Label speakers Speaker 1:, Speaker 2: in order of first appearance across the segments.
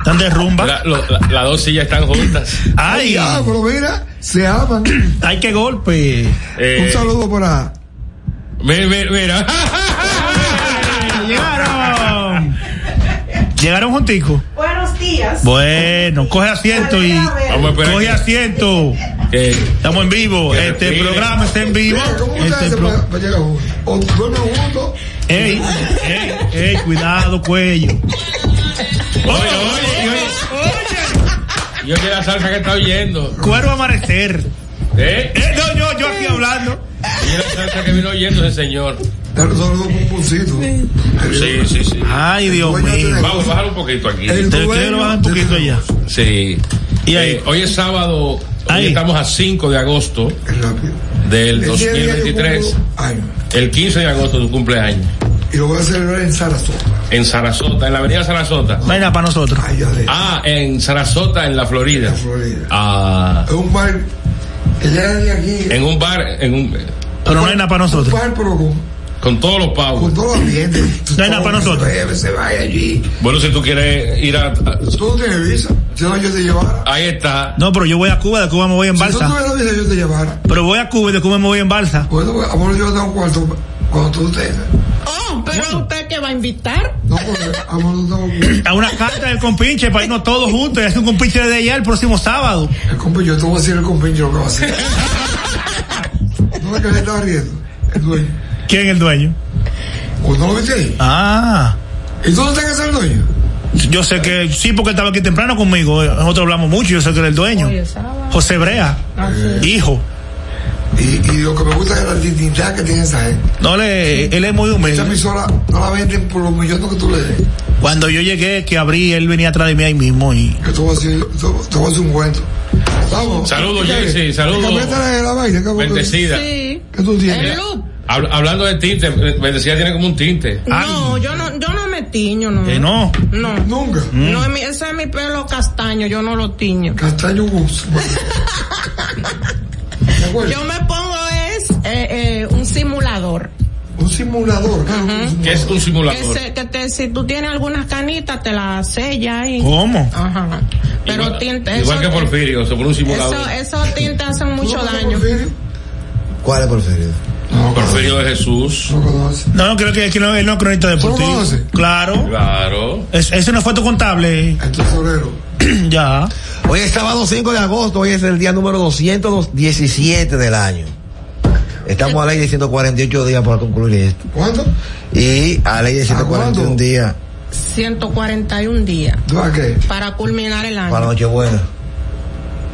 Speaker 1: Están de rumba.
Speaker 2: La- lo- la- Las dos sillas están juntas.
Speaker 1: Ay,
Speaker 3: Ah, pero mira, se aman.
Speaker 1: ay, qué golpe.
Speaker 2: Eh,
Speaker 3: Un saludo para.
Speaker 2: Mira, mira, mira.
Speaker 1: Llegaron. Um, Llegaron junticos.
Speaker 4: Buenos días.
Speaker 1: Bueno, coge asiento y
Speaker 2: Vamos a esperar
Speaker 1: coge
Speaker 2: que-
Speaker 1: asiento.
Speaker 2: Eh,
Speaker 1: Estamos en vivo.
Speaker 2: Que
Speaker 1: Este
Speaker 2: respiren.
Speaker 1: programa está en vivo.
Speaker 3: Mira, ¿Cómo ustedes
Speaker 1: Este
Speaker 3: hacen
Speaker 1: pro-
Speaker 3: para para llegar juntos? O duermen juntos.
Speaker 1: Ey, ey, ey, cuidado, cuello.
Speaker 2: oye, oye, oye. Yo que la salsa que está oyendo.
Speaker 1: Cuero amanecer.
Speaker 2: ¿Eh?
Speaker 1: Eh, no, yo, yo aquí hablando.
Speaker 2: Mira la salsa que vino oyendo ese señor.
Speaker 3: Pero saludo con un puncito.
Speaker 2: Sí, sí, sí.
Speaker 1: Ay, Dios mío.
Speaker 2: Vamos, bajar un poquito aquí.
Speaker 3: El
Speaker 1: Te quiero bajar un poquito allá.
Speaker 2: Sí.
Speaker 1: Y ahí.
Speaker 2: Eh, hoy es sábado. hoy
Speaker 1: Ahí.
Speaker 2: estamos a 5 de agosto
Speaker 3: Es rápido.
Speaker 2: del
Speaker 3: El día de hoy yo
Speaker 2: 2023.
Speaker 3: cumplo años.
Speaker 2: El 15 de agosto, tu cumpleaños.
Speaker 3: Y lo voy a celebrar en Sarasota.
Speaker 2: En Sarasota, en la avenida Sarasota.
Speaker 1: Venga para nosotros.
Speaker 3: Allá de
Speaker 2: Ah, en Sarasota, en la Florida.
Speaker 3: Florida.
Speaker 2: Ah,
Speaker 3: Es un bar que ya de aquí.
Speaker 2: en un bar, en un,
Speaker 1: Pero no hay nada para
Speaker 3: Un
Speaker 1: nosotros.
Speaker 3: bar, pero con,
Speaker 2: con todos los
Speaker 3: con
Speaker 2: pavos.
Speaker 3: todos los dientes.
Speaker 1: No hay nada para nosotros.
Speaker 3: Se vaya allí.
Speaker 2: Bueno, si tú quieres ir a.
Speaker 3: Tú no tienes visa. Si no, yo te llevara.
Speaker 2: Ahí está.
Speaker 1: No, pero yo voy a Cuba, de Cuba me voy en
Speaker 3: Si tú
Speaker 1: balsa.
Speaker 3: tuvieras visa, yo te llevara.
Speaker 1: Pero voy a Cuba y de Cuba me voy en balsa.
Speaker 3: Bueno, pues, amor, yo te un cuarto cuando tú tengas.
Speaker 5: Oh, pero usted que va a invitar.
Speaker 3: No, porque amor, no tengo cuarto.
Speaker 1: A una carta del compinche para irnos todos juntos y hacer un compinche de allá el próximo sábado.
Speaker 3: El compa, yo te voy a decir el compañero lo que va a hacer. ¿No es que se estaba riendo? El dueño.
Speaker 1: ¿Quién es el dueño?
Speaker 3: ¿O no lo viste ahí?
Speaker 1: Ah.
Speaker 3: ¿Y tú no te casas el dueño?
Speaker 1: Yo sé que sí, porque él estaba aquí temprano conmigo. Nosotros hablamos mucho. Yo sé que era el dueño.
Speaker 5: Oye, sábado.
Speaker 1: José Brea,
Speaker 3: Ah,
Speaker 2: Eh.
Speaker 1: hijo.
Speaker 3: Y, y lo que me gusta es la dignidad que tiene esa gente.
Speaker 1: No le, él es muy
Speaker 3: Esa
Speaker 1: humilde.
Speaker 3: emisora no la venden por los millones que tú le des.
Speaker 1: Cuando yo llegué, que abrí, él venía atrás de mí ahí mismo y
Speaker 3: Yo te voy a decir, te, te voy a hacer un cuento. Vamos.
Speaker 2: Saludos, Jaycee, saludos.
Speaker 3: Métale la vaina, ¿qué
Speaker 2: Bendecida.
Speaker 5: Sí.
Speaker 3: ¿Qué tú
Speaker 5: El
Speaker 3: tienes?
Speaker 5: loop.
Speaker 2: Hab- hablando de tinte, Bendecida tiene como un tinte.
Speaker 5: No, yo no, yo no me tiño, no.
Speaker 2: Eh,
Speaker 1: que no.
Speaker 5: No.
Speaker 3: Nunca.
Speaker 2: Mm.
Speaker 5: No, es mi- ese es mi pelo castaño, yo no lo tiño.
Speaker 3: Castaño Gus. ¿Te acuerdas?
Speaker 5: Yo me pongo es eh, eh, un simulador.
Speaker 3: Un simulador. claro, un
Speaker 2: Que es
Speaker 3: simulador.
Speaker 2: un
Speaker 5: Que,
Speaker 2: simulador.
Speaker 5: se- que te, si tú tienes algunas canitas, te las sella ahí.
Speaker 1: ¿Cómo?
Speaker 5: Ajá. Pero
Speaker 2: igual,
Speaker 5: tinte,
Speaker 2: igual
Speaker 5: eso-
Speaker 2: que Porfirio, se pone un simulador.
Speaker 5: Eso, esos tintes hacen
Speaker 3: ¿Tú
Speaker 5: mucho
Speaker 3: no conoces
Speaker 5: daño.
Speaker 3: Porfirio?
Speaker 6: ¿Cuál es Porfirio?
Speaker 3: No,
Speaker 2: Porfirio de Jesús.
Speaker 3: No conoce.
Speaker 1: No, no, creo que, que no, él no es cronista
Speaker 3: ¿Tú lo
Speaker 1: deportivo.
Speaker 3: conoces?
Speaker 1: Claro.
Speaker 2: Claro.
Speaker 1: Es, ese no fue tu contable.
Speaker 3: El tesorero.
Speaker 1: ya.
Speaker 6: Hoy es sábado 5 de agosto, hoy es el día número 217 del año. Estamos a ley de 148 días para concluir esto.
Speaker 3: ¿Cuánto?
Speaker 6: Y a ley de
Speaker 3: ¿A
Speaker 6: 141
Speaker 3: cuándo?
Speaker 6: días
Speaker 5: 141 días
Speaker 3: ¿Tú vas a qué?
Speaker 5: para culminar el año.
Speaker 6: para Nochebuena.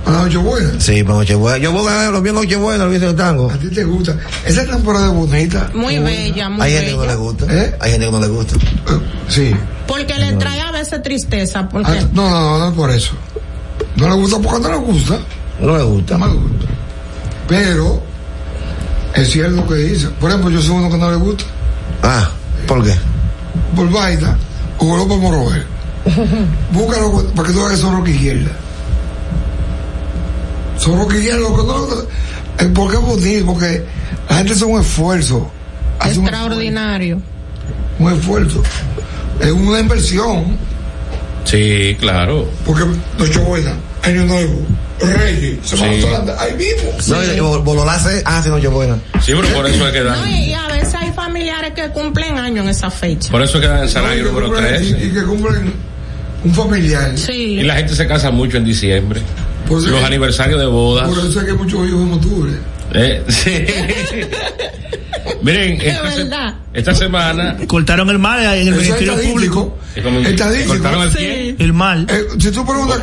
Speaker 3: Para Nochebuena.
Speaker 6: Sí, para Nochebuena. Yo voy a ganar los viernes Nochebuena, los viernes del tango.
Speaker 3: A ti te gusta. Esa temporada es bonita.
Speaker 5: Muy bella, muy
Speaker 6: Hay gente que no le
Speaker 5: bella.
Speaker 6: gusta.
Speaker 3: ¿Eh?
Speaker 6: Hay gente que no le gusta.
Speaker 3: Eh, Sí.
Speaker 5: Porque le trae a veces tristeza, porque
Speaker 3: Ah, No, no, no, no por eso. No le gusta porque no le gusta.
Speaker 6: No le gusta.
Speaker 3: No me gusta. Pero es cierto lo que dice. Por ejemplo, yo soy uno que no le gusta.
Speaker 6: Ah, ¿por qué?
Speaker 3: Por vaina o López Morover. Búscalo para que tú hagas son roca izquierda. Son roca izquierda, lo que no. eh, Porque es bonito, porque la gente hace un esfuerzo. Hace un
Speaker 5: extraordinario.
Speaker 3: un esfuerzo. Es una inversión,
Speaker 2: Sí, claro.
Speaker 3: porque Nochebuena, Año Nuevo, Reyes, Semana
Speaker 2: Sí.
Speaker 3: Santa, ahí mismo.
Speaker 6: No, y- y Bol- Bololá hace, hace Nochebuena.
Speaker 2: Sí, pero por eso es que
Speaker 5: No,
Speaker 2: dan.
Speaker 5: y, y a veces hay familiares que cumplen años en esa fecha.
Speaker 2: Por eso es que dan el salario
Speaker 3: Y que
Speaker 2: número
Speaker 3: cumplen-
Speaker 2: 3.
Speaker 3: Y, y que cumplen un familiar.
Speaker 5: Sí.
Speaker 2: Y la gente se casa mucho en diciembre.
Speaker 3: Por eso,
Speaker 2: Los
Speaker 3: que-
Speaker 2: aniversarios de bodas.
Speaker 3: por eso es que hay muchos hijos en octubre.
Speaker 2: Eh, sí. Miren,
Speaker 5: De
Speaker 2: esta, se-
Speaker 5: verdad.
Speaker 2: esta semana
Speaker 1: Cortaron el mal en el
Speaker 3: Eso es
Speaker 1: Ministerio Público.
Speaker 3: estadístico.
Speaker 2: Es como-
Speaker 3: Estadístico.
Speaker 2: cortaron el pie.
Speaker 5: Sí.
Speaker 1: El mal.
Speaker 3: Eh, si tú preguntas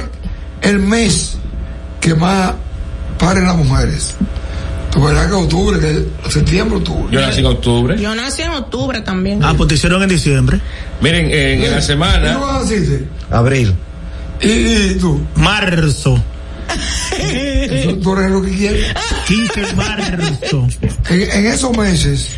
Speaker 3: el mes que más paren las mujeres, tú verás que octubre, que septiembre, octubre.
Speaker 2: Yo nací en octubre.
Speaker 5: Yo nací en octubre también.
Speaker 1: Ah, pues te hicieron en diciembre.
Speaker 2: Miren, en, en la
Speaker 3: ¿Y tú
Speaker 2: semana,
Speaker 3: vas a decirte?
Speaker 6: Abril.
Speaker 3: ¿Y, y tú?
Speaker 1: Marzo.
Speaker 3: Tú- Tú eres lo que quieres.
Speaker 1: 15 de marzo.
Speaker 3: En, en esos meses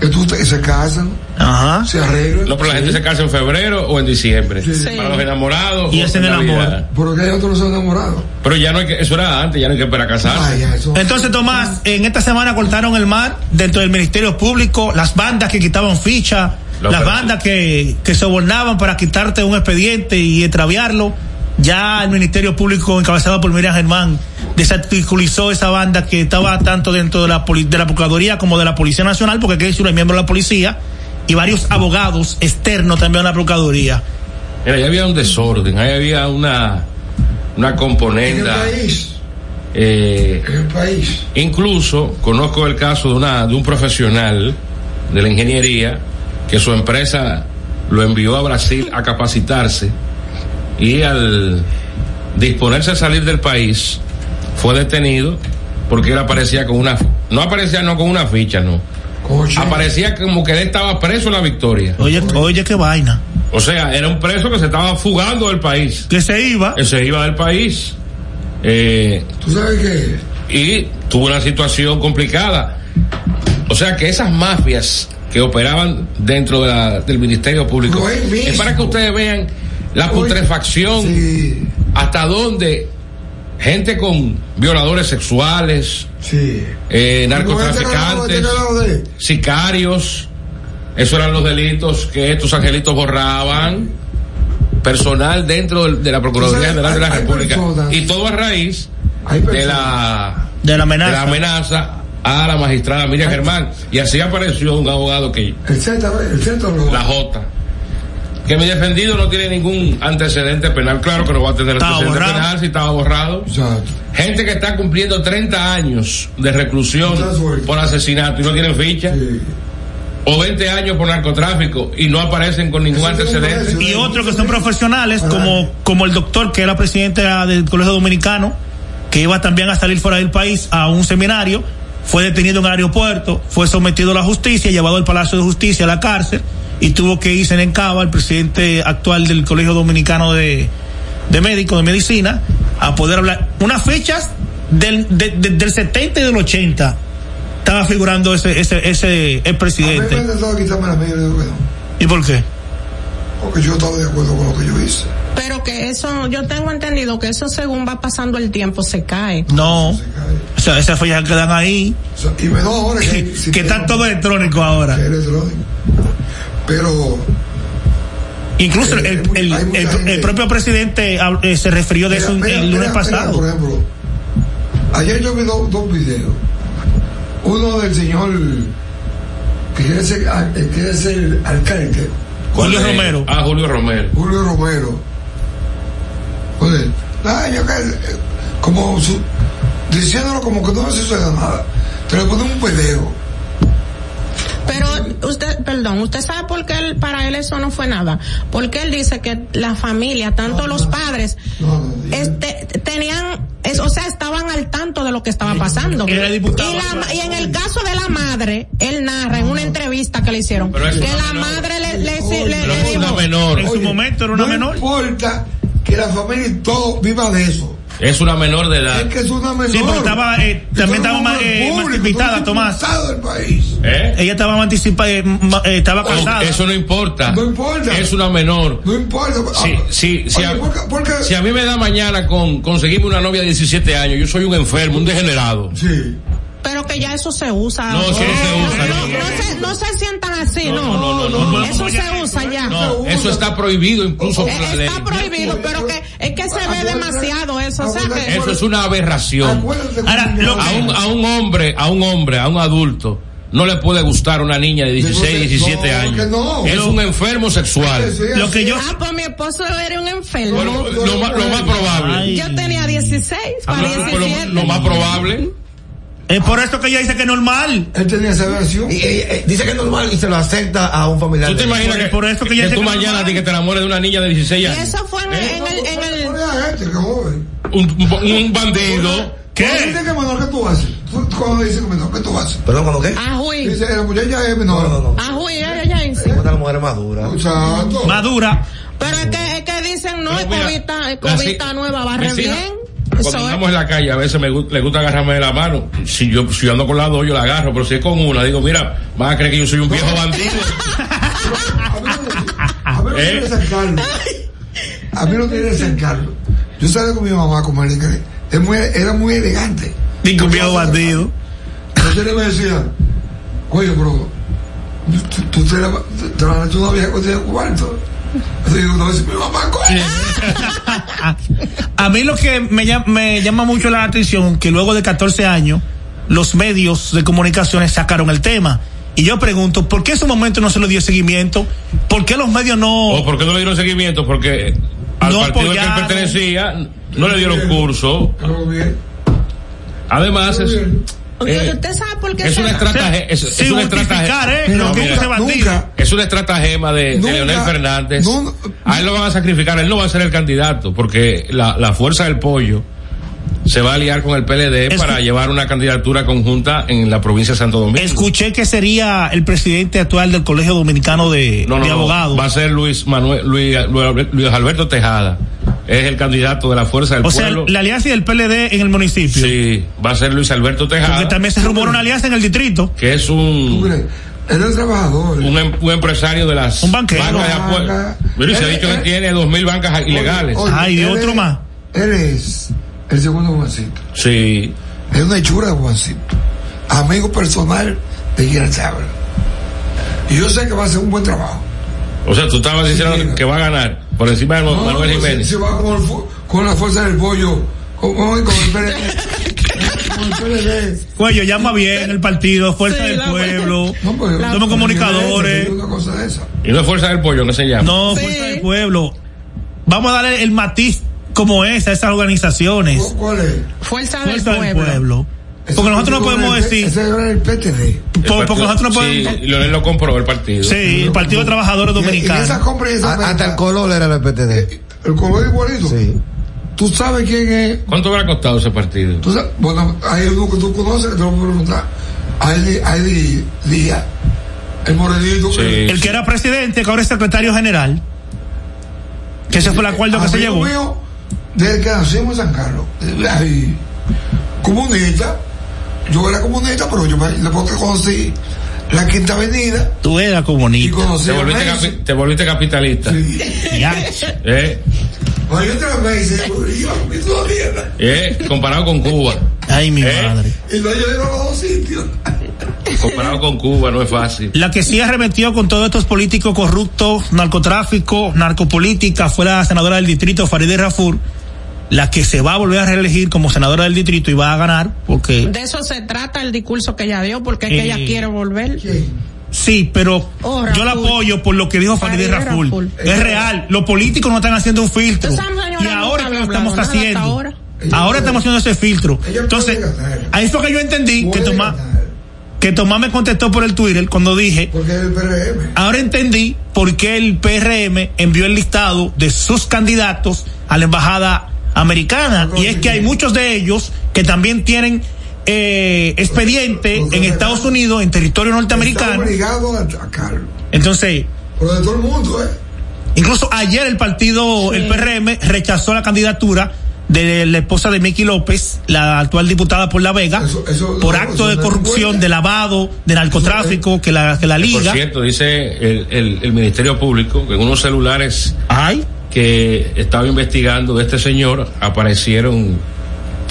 Speaker 3: que tú te- se casan,
Speaker 1: Ajá.
Speaker 3: se arreglan,
Speaker 2: no, pero la gente se casa en febrero o en diciembre.
Speaker 5: Sí.
Speaker 2: Para los enamorados.
Speaker 1: Y
Speaker 2: o
Speaker 1: hacen
Speaker 2: en
Speaker 1: el amor.
Speaker 2: Navidad.
Speaker 3: pero que hay otros enamorados.
Speaker 2: Pero ya no hay que, eso era antes, ya no hay que esperar a casarse.
Speaker 3: Ay, ya, eso.
Speaker 1: Entonces, Tomás, en esta semana cortaron el mar dentro del Ministerio Público, las bandas que quitaban ficha,
Speaker 2: La
Speaker 1: las
Speaker 2: operación.
Speaker 1: bandas que, que sobornaban para quitarte un expediente y extraviarlo. Ya el Ministerio Público, encabezado por Miriam Germán, desarticulizó esa banda que estaba tanto dentro de la, poli- de la Procuraduría como de la Policía Nacional, porque Keisura es miembro de la Policía, y varios abogados externos también a la Procuraduría.
Speaker 2: Mira, ahí había un desorden, ahí había una, una
Speaker 3: En el
Speaker 2: componenda.
Speaker 3: país,
Speaker 2: eh,
Speaker 3: en el país.
Speaker 2: Incluso conozco el caso de, una, de un profesional de la ingeniería que su empresa lo envió a Brasil a capacitarse y al disponerse a salir del país fue detenido porque él aparecía con una... No aparecía no con una ficha, no.
Speaker 3: Coche.
Speaker 2: Aparecía como que él estaba preso en la victoria.
Speaker 1: Oye, oye, qué vaina.
Speaker 2: O sea, era un preso que se estaba fugando del país.
Speaker 1: Que se iba.
Speaker 2: Él se iba del país. Eh,
Speaker 3: ¿Tú sabes qué?
Speaker 2: y tuvo una situación complicada. O sea que esas mafias que operaban dentro de la- del Ministerio Público
Speaker 3: Lo es mismo.
Speaker 2: es para que ustedes vean la putrefacción,
Speaker 3: Sí,
Speaker 2: hasta dónde gente con violadores sexuales,
Speaker 3: sí.
Speaker 2: eh,
Speaker 3: ¿Cómo este
Speaker 2: narcotraficantes,
Speaker 3: no lo de?
Speaker 2: sicarios, esos eran los delitos que estos angelitos borraban, personal dentro del- de la Procuraduría
Speaker 3: Entonces,
Speaker 2: General de la
Speaker 3: hay- hay
Speaker 2: República,
Speaker 3: personas-
Speaker 2: y todo a raíz
Speaker 3: Hay
Speaker 2: de
Speaker 3: personas-
Speaker 2: la
Speaker 1: De la amenaza.
Speaker 2: de la amenaza a la magistrada Miriam Germán. Y así apareció un abogado que,
Speaker 3: El centro, el centro lo
Speaker 2: la J, que mi defendido no tiene ningún antecedente penal. Claro que no va a tener
Speaker 1: Estaba
Speaker 2: antecedente
Speaker 1: borrado.
Speaker 2: penal si estaba borrado.
Speaker 3: Exacto.
Speaker 2: Gente que está cumpliendo 30 años de reclusión
Speaker 3: Mucha suerte.
Speaker 2: por asesinato y no tienen ficha.
Speaker 3: Sí.
Speaker 2: O 20 años por narcotráfico y no aparecen con ningún
Speaker 3: Eso es un
Speaker 2: antecedente.
Speaker 3: preso.
Speaker 1: y otros que son profesionales, como, como el doctor que era presidente del Colegio Dominicano, que iba también a salir fuera del país a un seminario, fue detenido en el aeropuerto, fue sometido a la justicia, llevado al Palacio de Justicia, a la cárcel, y tuvo que irse en Cava, el presidente actual del Colegio Dominicano de, de Médicos, de Medicina, a poder hablar. Unas fechas del, de- de- del 70 y del 80 estaba figurando ese, ese, ese el
Speaker 3: A mí me
Speaker 1: presidente.
Speaker 3: han tratado de quitarme la media, yo digo que no.
Speaker 1: ¿Y por qué?
Speaker 3: Porque yo estaba de acuerdo con lo que yo hice.
Speaker 5: Pero que eso, yo tengo entendido que eso según va pasando el tiempo se cae.
Speaker 1: No.
Speaker 3: Se cae.
Speaker 1: O sea, esas fechas quedan ahí.
Speaker 3: O sea, y me dos horas
Speaker 1: que, que está todo electrónico ahora.
Speaker 3: electrónico. Pero
Speaker 1: Incluso el,
Speaker 3: Eh,
Speaker 1: el- el-
Speaker 3: hay mucha
Speaker 1: el-
Speaker 3: gente.
Speaker 1: el propio presidente ah, eh, se refirió de eso
Speaker 3: Mira, mira,
Speaker 1: el lunes
Speaker 3: mira,
Speaker 1: pasado.
Speaker 3: mira, por ejemplo, ayer yo vi do- dos videos. Uno del señor que quiere ser, al- que quiere ser alcalde,
Speaker 1: Julio
Speaker 2: Con, eh,
Speaker 1: Romero.
Speaker 2: Ah, Julio Romero.
Speaker 3: Julio Romero. Joder, ah, yo que- eh, como su- diciéndolo como que no se sucede nada. Te le ponen un video.
Speaker 5: Pero usted, perdón, usted sabe por qué él- para él eso no fue nada. Porque él dice que la familia, tanto los padres,
Speaker 3: No, no, yo-
Speaker 5: este, tenían, es- o sea, estaban al tanto de lo que estaba pasando.
Speaker 1: Y era diputado.
Speaker 5: Y la- y en el caso de la madre, él narra en una entrevista que le hicieron que
Speaker 2: Pero eso no,
Speaker 5: la
Speaker 2: no.
Speaker 5: madre le, le- le- le
Speaker 2: Pero es una
Speaker 5: dijo,
Speaker 2: menor.
Speaker 1: En su momento era una
Speaker 3: no
Speaker 1: menor.
Speaker 3: importa que la familia y todo viva de eso.
Speaker 2: Es una menor de edad.
Speaker 3: Es que es una menor.
Speaker 1: Sí, porque estaba, eh,
Speaker 3: Tú
Speaker 1: también
Speaker 3: eres
Speaker 1: estaba
Speaker 3: un
Speaker 1: más,
Speaker 3: hombre
Speaker 1: eh, más
Speaker 3: público,
Speaker 1: invitada,
Speaker 3: tú eres
Speaker 1: Tomás.
Speaker 3: diputado del país.
Speaker 2: ¿Eh?
Speaker 1: Ella estaba anticipada, eh, estaba
Speaker 2: No,
Speaker 1: casada.
Speaker 2: Oh, eso no importa.
Speaker 3: No importa.
Speaker 2: Es una menor.
Speaker 3: No importa.
Speaker 2: Sí,
Speaker 3: Ah,
Speaker 2: sí, sí,
Speaker 3: oye,
Speaker 2: a-
Speaker 3: ¿por qué- por qué-
Speaker 2: Si a mí me da mañana con conseguirme una novia de 17 años, yo soy un enfermo, un degenerado.
Speaker 3: Sí.
Speaker 5: pero que ya eso se usa. Eh,
Speaker 2: No, eso no se usa,
Speaker 5: No,
Speaker 2: no.
Speaker 5: no se, no se sientan así, no.
Speaker 2: no, no, no, no.
Speaker 5: Eso se usa ya.
Speaker 2: No, eso está prohibido incluso por la
Speaker 5: Eh,
Speaker 2: ley.
Speaker 5: Está prohibido, pero que es que se ve demasiado eso. O sea, que
Speaker 2: Eso es una aberración.
Speaker 3: Acuérdate que
Speaker 1: Ahora,
Speaker 3: un niño-
Speaker 1: lo
Speaker 2: A un, a un hombre, a un hombre, a un adulto, no le puede gustar una niña de 16, 17
Speaker 3: No,
Speaker 2: años.
Speaker 3: que no.
Speaker 2: Es un enfermo
Speaker 3: Que
Speaker 2: sexual.
Speaker 3: sea
Speaker 1: Lo que yo.
Speaker 5: Ah, pues mi esposo era un enfermo.
Speaker 2: Bueno, lo, más- lo
Speaker 1: Ay.
Speaker 2: más probable.
Speaker 5: Yo tenía 16 para
Speaker 2: Lo- lo-
Speaker 5: 17.
Speaker 2: lo más probable.
Speaker 1: Es por eso que ella dice que es normal.
Speaker 3: Él tenía esa versión.
Speaker 6: Y, eh, eh, dice que es normal y se lo acepta a un familiar.
Speaker 2: ¿Tú te
Speaker 6: de él.
Speaker 2: imaginas
Speaker 1: Por-
Speaker 2: que,
Speaker 1: por eso que ella
Speaker 2: que
Speaker 1: dice
Speaker 2: tú
Speaker 1: que no
Speaker 2: mañana
Speaker 1: va.
Speaker 2: di que te enamores de una niña de 16
Speaker 5: y
Speaker 2: años?
Speaker 5: eso fue en, en el, en el-
Speaker 3: Ponle a gente, que joven.
Speaker 2: Un, un- un bandido.
Speaker 3: Cuando
Speaker 1: ¿Qué?
Speaker 3: dice que menor que tú haces. Tú- Cuando dice que menor que tú haces.
Speaker 6: Perdón, ¿cuándo qué?
Speaker 5: a Juí.
Speaker 3: Dice, la muchacha es
Speaker 6: No, no,
Speaker 3: menor.
Speaker 6: no.
Speaker 5: A Juí, ella, ella dice.
Speaker 6: Cuenta la mujer madura.
Speaker 3: Exacto.
Speaker 1: Madura.
Speaker 5: Pero es que, es que dicen, no, es
Speaker 2: Pero mira,
Speaker 5: cobita, es
Speaker 2: así-
Speaker 5: cobita nueva, barre
Speaker 2: mis hijas,
Speaker 5: bien.
Speaker 2: Cuando
Speaker 5: Eso es.
Speaker 2: andamos en la calle, a veces me gu- le gusta agarrarme de la mano. Si yo, si yo ando con las dos, yo la agarro, pero si es con una, digo, mira, vas a creer que yo soy un viejo bandido.
Speaker 3: A mí no- a mí no tiene que sacarlo. A mí no tiene que sacarlo. Yo salí con mi mamá con Marica. Es muy- Era muy elegante.
Speaker 1: Digo, viejo bandido.
Speaker 3: Entonces le decía, oye, bro, tú, tú te la te- te la tú una vieja que tiene cuarto. Entonces digo, no, es mi mamá, coño.
Speaker 1: A mí lo que me llama, me llama mucho la atención que luego de 14 años los medios de comunicaciones sacaron el tema. Y yo pregunto, ¿por qué ese momento no se le dio seguimiento? ¿Por qué los medios no...
Speaker 2: ¿O por qué no le dieron seguimiento? Porque al
Speaker 1: No
Speaker 2: partido al que él
Speaker 1: apoyaron.
Speaker 2: pertenecía no le dieron curso.
Speaker 3: Algo bien.
Speaker 2: Además, es,
Speaker 5: Porque
Speaker 2: eh,
Speaker 5: usted sabe por qué
Speaker 2: es una
Speaker 5: se-
Speaker 1: O sea,
Speaker 2: estratagema. Es, es
Speaker 1: sin
Speaker 2: una
Speaker 1: justificar,
Speaker 2: estratagema.
Speaker 1: ¿eh?
Speaker 3: Pero
Speaker 1: lo que
Speaker 2: mira,
Speaker 1: hizo ese bandido.
Speaker 3: nunca-
Speaker 2: Es una estratagema de, de
Speaker 3: Nunca-
Speaker 2: Leonel Fernández.
Speaker 3: no-
Speaker 2: a él lo van a sacrificar, él no va a ser el candidato, porque la, la fuerza del pollo se va a aliar con el PLD
Speaker 1: Escu-
Speaker 2: para llevar una candidatura conjunta en la provincia de Santo Domingo.
Speaker 1: Escuché que sería el presidente actual del Colegio Dominicano de,
Speaker 2: No, no,
Speaker 1: de
Speaker 2: no,
Speaker 1: Abogados.
Speaker 2: Va a ser Luis Manuel, Luis, Luis Alberto Tejada. Es el candidato de la fuerza del
Speaker 1: o sea,
Speaker 2: pueblo.
Speaker 1: la alianza del PLD en el municipio.
Speaker 2: Sí, va a ser Luis Alberto
Speaker 1: Porque
Speaker 2: Tejada,
Speaker 1: también se rumora una alianza en el distrito.
Speaker 2: que es
Speaker 3: ¿Tú
Speaker 2: un,
Speaker 3: crees? Era el trabajador.
Speaker 2: un, em- un empresario de las
Speaker 1: Un banquero.
Speaker 2: bancas de
Speaker 3: Banca.
Speaker 2: apuestas. Mira, y se ha
Speaker 3: Eh,
Speaker 2: dicho
Speaker 3: eh.
Speaker 2: que tiene dos mil bancas Ah, ilegales.
Speaker 1: oye. Ay, de
Speaker 3: él
Speaker 1: otro
Speaker 3: es-
Speaker 1: más.
Speaker 3: Él es el segundo Juancito.
Speaker 2: Sí.
Speaker 3: Es una hechura de Juancito. Amigo personal de quien se habla. Y yo sé que va a hacer un buen trabajo.
Speaker 2: O sea, tú estabas diciendo
Speaker 3: mira.
Speaker 2: que va a ganar por encima de
Speaker 3: No,
Speaker 2: Manuel
Speaker 3: no,
Speaker 2: Jiménez.
Speaker 3: Se, se va con, el fu- con la fuerza del pollo. Con, con el PLD. con el PLD.
Speaker 1: Cuello, llama bien el partido, Fuerza
Speaker 5: Sí,
Speaker 1: del
Speaker 5: la-
Speaker 1: Pueblo.
Speaker 3: No, pero-
Speaker 1: Somos comunicadores.
Speaker 3: Una cosa de esa.
Speaker 2: Y no es fuerza del pollo, que se llama?
Speaker 1: No,
Speaker 5: Sí.
Speaker 1: Fuerza del Pueblo. Vamos a darle el matiz como es a esas organizaciones.
Speaker 3: ¿Cu- ¿Cuál es?
Speaker 5: fuerza,
Speaker 1: Fuerza
Speaker 5: del
Speaker 1: del
Speaker 5: pueblo.
Speaker 1: Pueblo. Porque nosotros no podemos decir,
Speaker 3: Ese era el PTD.
Speaker 2: El
Speaker 1: po- porque
Speaker 2: partido-
Speaker 1: nosotros no
Speaker 2: Sí,
Speaker 1: podemos...
Speaker 2: y Leonel lo compró el partido.
Speaker 1: Sí, el Partido de Trabajadores
Speaker 3: Y esa
Speaker 1: Dominicanos.
Speaker 3: compra y esa
Speaker 6: A-
Speaker 3: venta,
Speaker 6: Ah, Hasta el color era el PTD.
Speaker 3: el color igualito.
Speaker 6: Sí.
Speaker 3: Tú sabes quién es.
Speaker 2: ¿Cuánto habrá costado ese partido?
Speaker 3: Tú sabes, bueno, hay uno que tú conoces que te lo voy a preguntar. Hay, hay Díaz, el morenito.
Speaker 2: Sí.
Speaker 3: que-
Speaker 1: El que era presidente, que ahora es secretario general. Que ese fue el acuerdo que se
Speaker 3: amigo
Speaker 1: llevó.
Speaker 3: mío, desde que nacimos en San Carlos. eh, ahí, comunista. Yo era comunista, pero yo me, después que conocí la Quinta Avenida
Speaker 1: Tú eras
Speaker 3: y
Speaker 1: comunista.
Speaker 3: conocí
Speaker 2: Te
Speaker 3: a
Speaker 2: volviste,
Speaker 3: Macy.
Speaker 2: capi- te volviste capitalista.
Speaker 3: Sí.
Speaker 1: Ya.
Speaker 2: ¿Eh?
Speaker 3: Cuando yo traje a Macy, yo iba a mi toda mierda.
Speaker 2: ¿Eh? Comparado con Cuba.
Speaker 1: Ay, mi
Speaker 2: ¿Eh?
Speaker 1: madre.
Speaker 3: Y no yo iba a los dos sitios.
Speaker 2: Comparado con Cuba, no es fácil.
Speaker 1: La que sí arremetió con todos estos políticos corruptos, narcotráfico, narcopolítica, fue la senadora del distrito, Farideh Rafur, la que se va a volver a reelegir como senadora del distrito y va a ganar, porque
Speaker 5: De eso se trata el discurso que ella dio, porque es que
Speaker 1: Eh.
Speaker 5: ella quiere volver.
Speaker 1: sí, pero
Speaker 5: Oh,
Speaker 1: yo la
Speaker 5: Raful.
Speaker 1: apoyo por lo que dijo Farideh
Speaker 5: Farideh
Speaker 1: Rafur.
Speaker 5: Raful.
Speaker 1: Es real, los políticos no están haciendo un filtro.
Speaker 5: Esa señora
Speaker 1: Y
Speaker 5: nunca
Speaker 1: ahora que
Speaker 5: había
Speaker 1: lo
Speaker 5: hablado
Speaker 1: estamos
Speaker 5: nada hasta
Speaker 1: haciendo.
Speaker 5: ahora.
Speaker 3: Ella
Speaker 1: Ahora
Speaker 3: puede-
Speaker 1: estamos haciendo ese filtro.
Speaker 3: Ella puede
Speaker 1: Entonces,
Speaker 3: ganar.
Speaker 1: ahí fue que yo entendí que
Speaker 3: Puede
Speaker 1: Tomás,
Speaker 3: ganar,
Speaker 1: que Tomás me contestó por el Twitter cuando dije
Speaker 3: Porque es el PRM.
Speaker 1: Ahora entendí por qué el PRM envió el listado de sus candidatos a la embajada americana. Y es que hay muchos de ellos que también tienen eh, expediente en Estados Unidos, en territorio
Speaker 3: Está
Speaker 1: norteamericano.
Speaker 3: obligado a atacarlo.
Speaker 1: Entonces,
Speaker 3: Pero de todo el mundo, ¿eh?
Speaker 1: incluso ayer el partido, el PRM, rechazó la candidatura de la esposa de Miki López, la actual diputada por La Vega,
Speaker 3: Eso- eso-
Speaker 1: por
Speaker 3: eso
Speaker 1: acto de
Speaker 3: no es
Speaker 1: corrupción,
Speaker 3: buena.
Speaker 1: de lavado, de
Speaker 3: eh.
Speaker 1: narcotráfico, que la, que la
Speaker 2: Por
Speaker 1: liga.
Speaker 2: cierto, dice el, el- el Ministerio Público que en unos celulares
Speaker 1: Ay,
Speaker 2: que estaba investigando de este señor aparecieron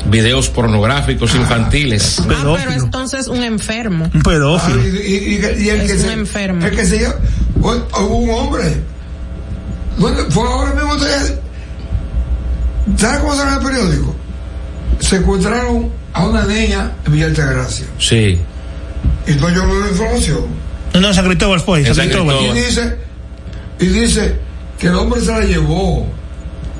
Speaker 2: videos pornográficos infantiles.
Speaker 1: un
Speaker 5: Ah, pero
Speaker 1: Ah, pedófilo.
Speaker 5: entonces un enfermo.
Speaker 1: Un
Speaker 3: Ah,
Speaker 1: pedófilo.
Speaker 3: y, y- y- y el
Speaker 5: Es
Speaker 3: que
Speaker 5: un
Speaker 3: se,
Speaker 5: enfermo.
Speaker 3: El que se lleva. Bueno, hubo un hombre. Bueno, fue ahora mismo. todavía- ¿Sabes cómo salió en el periódico? Secuestraron a una niña en Villa Altagracia.
Speaker 2: Sí.
Speaker 3: Y no yo no la información.
Speaker 1: No, San Cristóbal fue.
Speaker 2: En
Speaker 1: San
Speaker 2: San
Speaker 1: Cristóbal.
Speaker 2: Cristóbal.
Speaker 3: Y dice, y dice que el hombre se la llevó.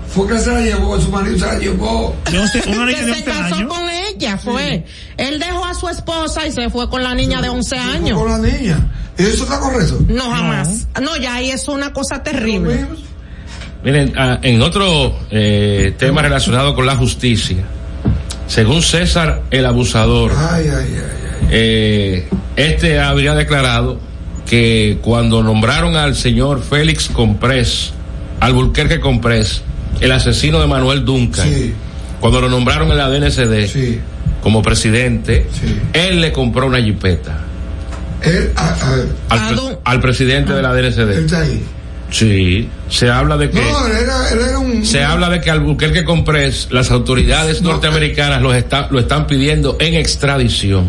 Speaker 3: Fue que se la llevó, su marido se la llevó.
Speaker 1: De once- una niña de
Speaker 5: que se
Speaker 1: 11
Speaker 5: casó
Speaker 1: años.
Speaker 5: con ella, fue. Él dejó a su esposa y se fue con la niña de 11 años.
Speaker 3: Con la niña. ¿Y eso está correcto?
Speaker 5: No, jamás. No, ya ahí es una cosa terrible.
Speaker 2: Miren, ah, en otro eh, tema relacionado con la justicia, según César el abusador,
Speaker 3: Ay, ay, ay,
Speaker 2: eh, este habría declarado que cuando nombraron al señor Félix Comprés, al Bulquerque Comprés, el asesino de Manuel Duncan,
Speaker 3: Sí.
Speaker 2: cuando lo nombraron en la DNCD
Speaker 3: ay. Sí.
Speaker 2: como presidente,
Speaker 3: Sí.
Speaker 2: él le compró una jipeta
Speaker 3: Él, a, a ver,
Speaker 2: al,
Speaker 5: Ah,
Speaker 2: pre-
Speaker 5: Dun-
Speaker 2: al presidente de la
Speaker 3: él
Speaker 2: DNCD.
Speaker 3: está ahí.
Speaker 2: Sí, se habla de que...
Speaker 3: No, él era, él era un.
Speaker 2: Se habla de que Albuquerque Comprés, las autoridades
Speaker 3: No.
Speaker 2: norteamericanas los está- lo están pidiendo en extradición.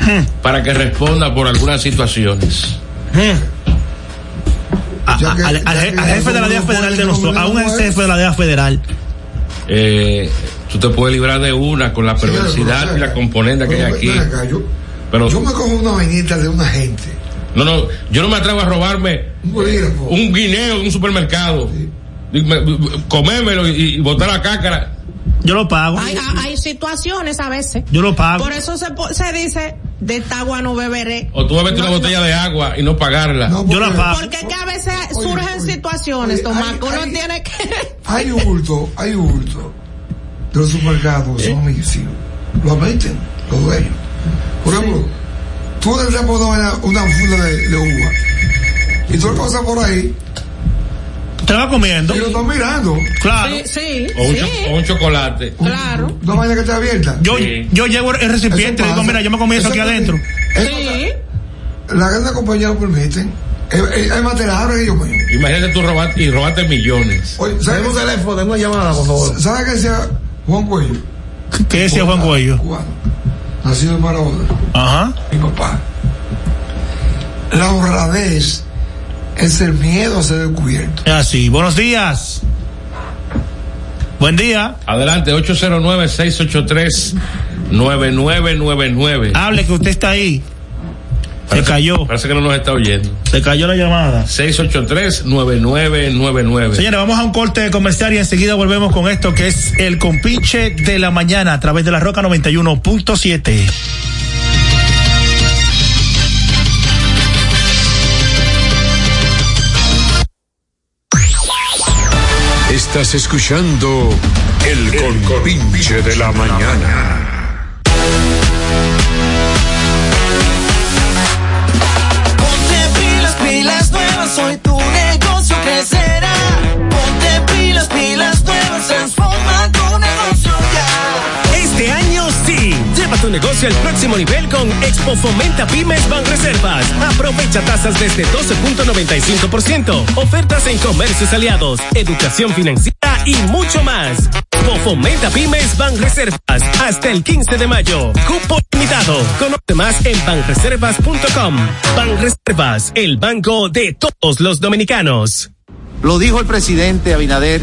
Speaker 3: Hmm.
Speaker 2: para que responda por algunas situaciones.
Speaker 1: A- Mm. a-
Speaker 3: Ya que- ya
Speaker 1: al, al-
Speaker 3: que
Speaker 1: al jefe de la DEA
Speaker 3: nosotros
Speaker 1: federal de
Speaker 3: no
Speaker 1: nosotros, a un
Speaker 3: podemos
Speaker 1: ex jefe de la DEA federal.
Speaker 2: Eh, tú te puedes librar de una con la perversidad y la componente que hay aquí.
Speaker 3: yo,
Speaker 2: Pero
Speaker 3: yo me cojo una vainita de una gente,
Speaker 2: no, no, yo no me atrevo a robarme
Speaker 3: un bolígrafo.
Speaker 2: un guineo de un supermercado, Y me- comérmelo y, y botar la cácara.
Speaker 1: Yo lo pago.
Speaker 5: Hay, hay- hay situaciones a veces.
Speaker 1: Yo lo pago.
Speaker 5: Por eso se, po- se dice, de esta agua no beberé.
Speaker 2: O tú bebes una botella de agua y no pagarla.
Speaker 3: No,
Speaker 1: Yo la
Speaker 3: porque
Speaker 1: pago.
Speaker 5: Porque es que a veces
Speaker 3: Oye, oye,
Speaker 5: surgen situaciones,
Speaker 3: oye,
Speaker 5: Tomás,
Speaker 3: hay-
Speaker 5: que uno
Speaker 3: hay-
Speaker 5: tiene que...
Speaker 3: Hay hurto, hay hurto. De los supermercados
Speaker 1: ¿Eh?
Speaker 3: son homicidios. Lo admiten los dueños. Por ejemplo, tú le estás poniendo una, una funda de, de uva y tú le pasas por ahí
Speaker 1: Te va comiendo.
Speaker 3: y lo estás mirando.
Speaker 1: Claro.
Speaker 5: Sí, sí,
Speaker 2: o, un
Speaker 5: sí,
Speaker 2: cho- o un chocolate.
Speaker 5: claro.
Speaker 3: Una vaina que está abierta.
Speaker 1: Yo,
Speaker 2: Sí.
Speaker 1: yo llevo el recipiente
Speaker 3: Eso
Speaker 1: y digo,
Speaker 3: pasa.
Speaker 1: mira, yo me comí eso aquí
Speaker 3: también.
Speaker 1: adentro.
Speaker 3: Eso-
Speaker 5: Sí.
Speaker 3: Las grandes compañías lo permiten. Es, es, es más, te la abren ellos, coño.
Speaker 2: Imagínate tú robaste y robaste millones.
Speaker 3: Oye,
Speaker 6: Tengo
Speaker 3: ¿sabes
Speaker 6: un
Speaker 3: qué
Speaker 6: teléfono, tengo una llamada, por favor.
Speaker 3: ¿sabe qué decía Juan Cuello?
Speaker 1: ¿Qué decía Juan Cuello?
Speaker 3: Cubano. Nacido en Barahona.
Speaker 1: Ajá.
Speaker 3: mi papá. La honradez es el miedo a ser descubierto.
Speaker 1: Es así. Buenos días. Buen día.
Speaker 2: Adelante, 809-683-9999.
Speaker 1: Hable que usted está ahí. Se cayó.
Speaker 2: Parece que no nos está oyendo.
Speaker 1: Se cayó la llamada.
Speaker 2: 683-9999.
Speaker 1: Señores, vamos a un corte comercial y enseguida volvemos con esto que es el compinche de la mañana a través de la Roca 91.7.
Speaker 4: Estás escuchando El, Compinche de la Mañana.
Speaker 7: Ponte pilas, pilas nuevas, hoy tu negocio crecerá. Ponte pilas, pilas nuevas, transforma tu negocio ya.
Speaker 8: Este año sí. Lleva tu negocio al próximo nivel con Expo Fomenta Pymes Banreservas. Aprovecha tasas desde 12.95%, ofertas en comercios aliados, educación financiera y mucho más. Expo Fomenta Pymes Banreservas hasta el 15 de mayo. Cupo limitado. Conoce más en banreservas.com. Banreservas, el banco de todos los dominicanos.
Speaker 9: Lo dijo el presidente Abinader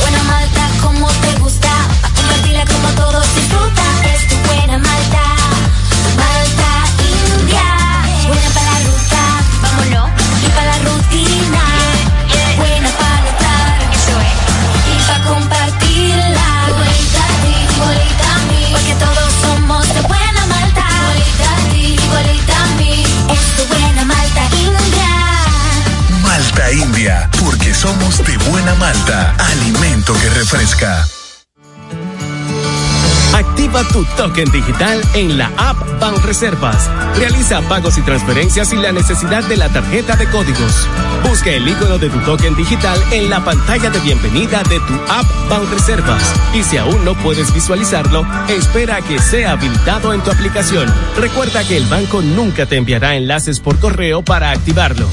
Speaker 10: buena malta, como te gusta. Pa' compartirla como todos disfrutan. Es tu buena malta, malta india. Buena para la ruta, vámonos. Y para la rutina, buena para notar. Y para compartirla. Igualita a ti, igualita a mí. Porque todos somos de buena malta. Igualita a ti, igualita a mí. Es tu buena malta india.
Speaker 4: Malta India, porque somos de buena malta, alimento que refresca.
Speaker 8: Activa tu token digital en la app Banreservas. Realiza pagos y transferencias sin la necesidad de la tarjeta de códigos. Busca el icono de tu token digital en la pantalla de bienvenida de tu app Banreservas. Y si aún no puedes visualizarlo, espera a que sea habilitado en tu aplicación. Recuerda que el banco nunca te enviará enlaces por correo para activarlo.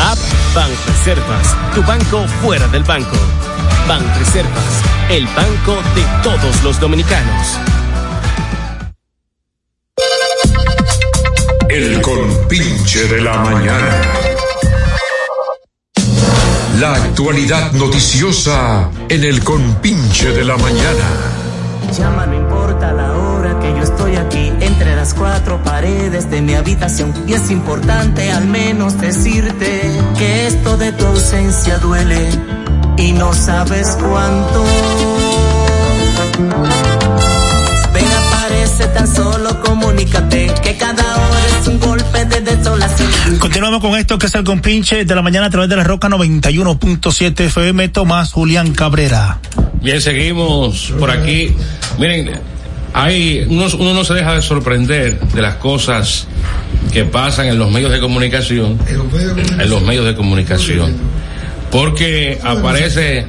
Speaker 8: App Banreservas, tu banco fuera del banco. Banreservas, el banco de todos los dominicanos.
Speaker 4: El Compinche de la Mañana. La actualidad noticiosa en El Compinche de la Mañana.
Speaker 7: Llama, no importa la hora que yo estoy aquí, entre las cuatro paredes de mi habitación. Y es importante al menos decirte que esto de tu ausencia duele y no sabes cuánto. Ven, aparece tan solo, comunícate que cada hora es un golpe de desolación.
Speaker 1: Continuamos con esto que es el compinche de la mañana a través de la Roca 91.7 FM. Tomás Julián Cabrera.
Speaker 2: Bien, seguimos por aquí. Miren, hay, uno, uno no se deja de sorprender de las cosas que pasan en los medios de comunicación, en los medios de comunicación, porque aparece,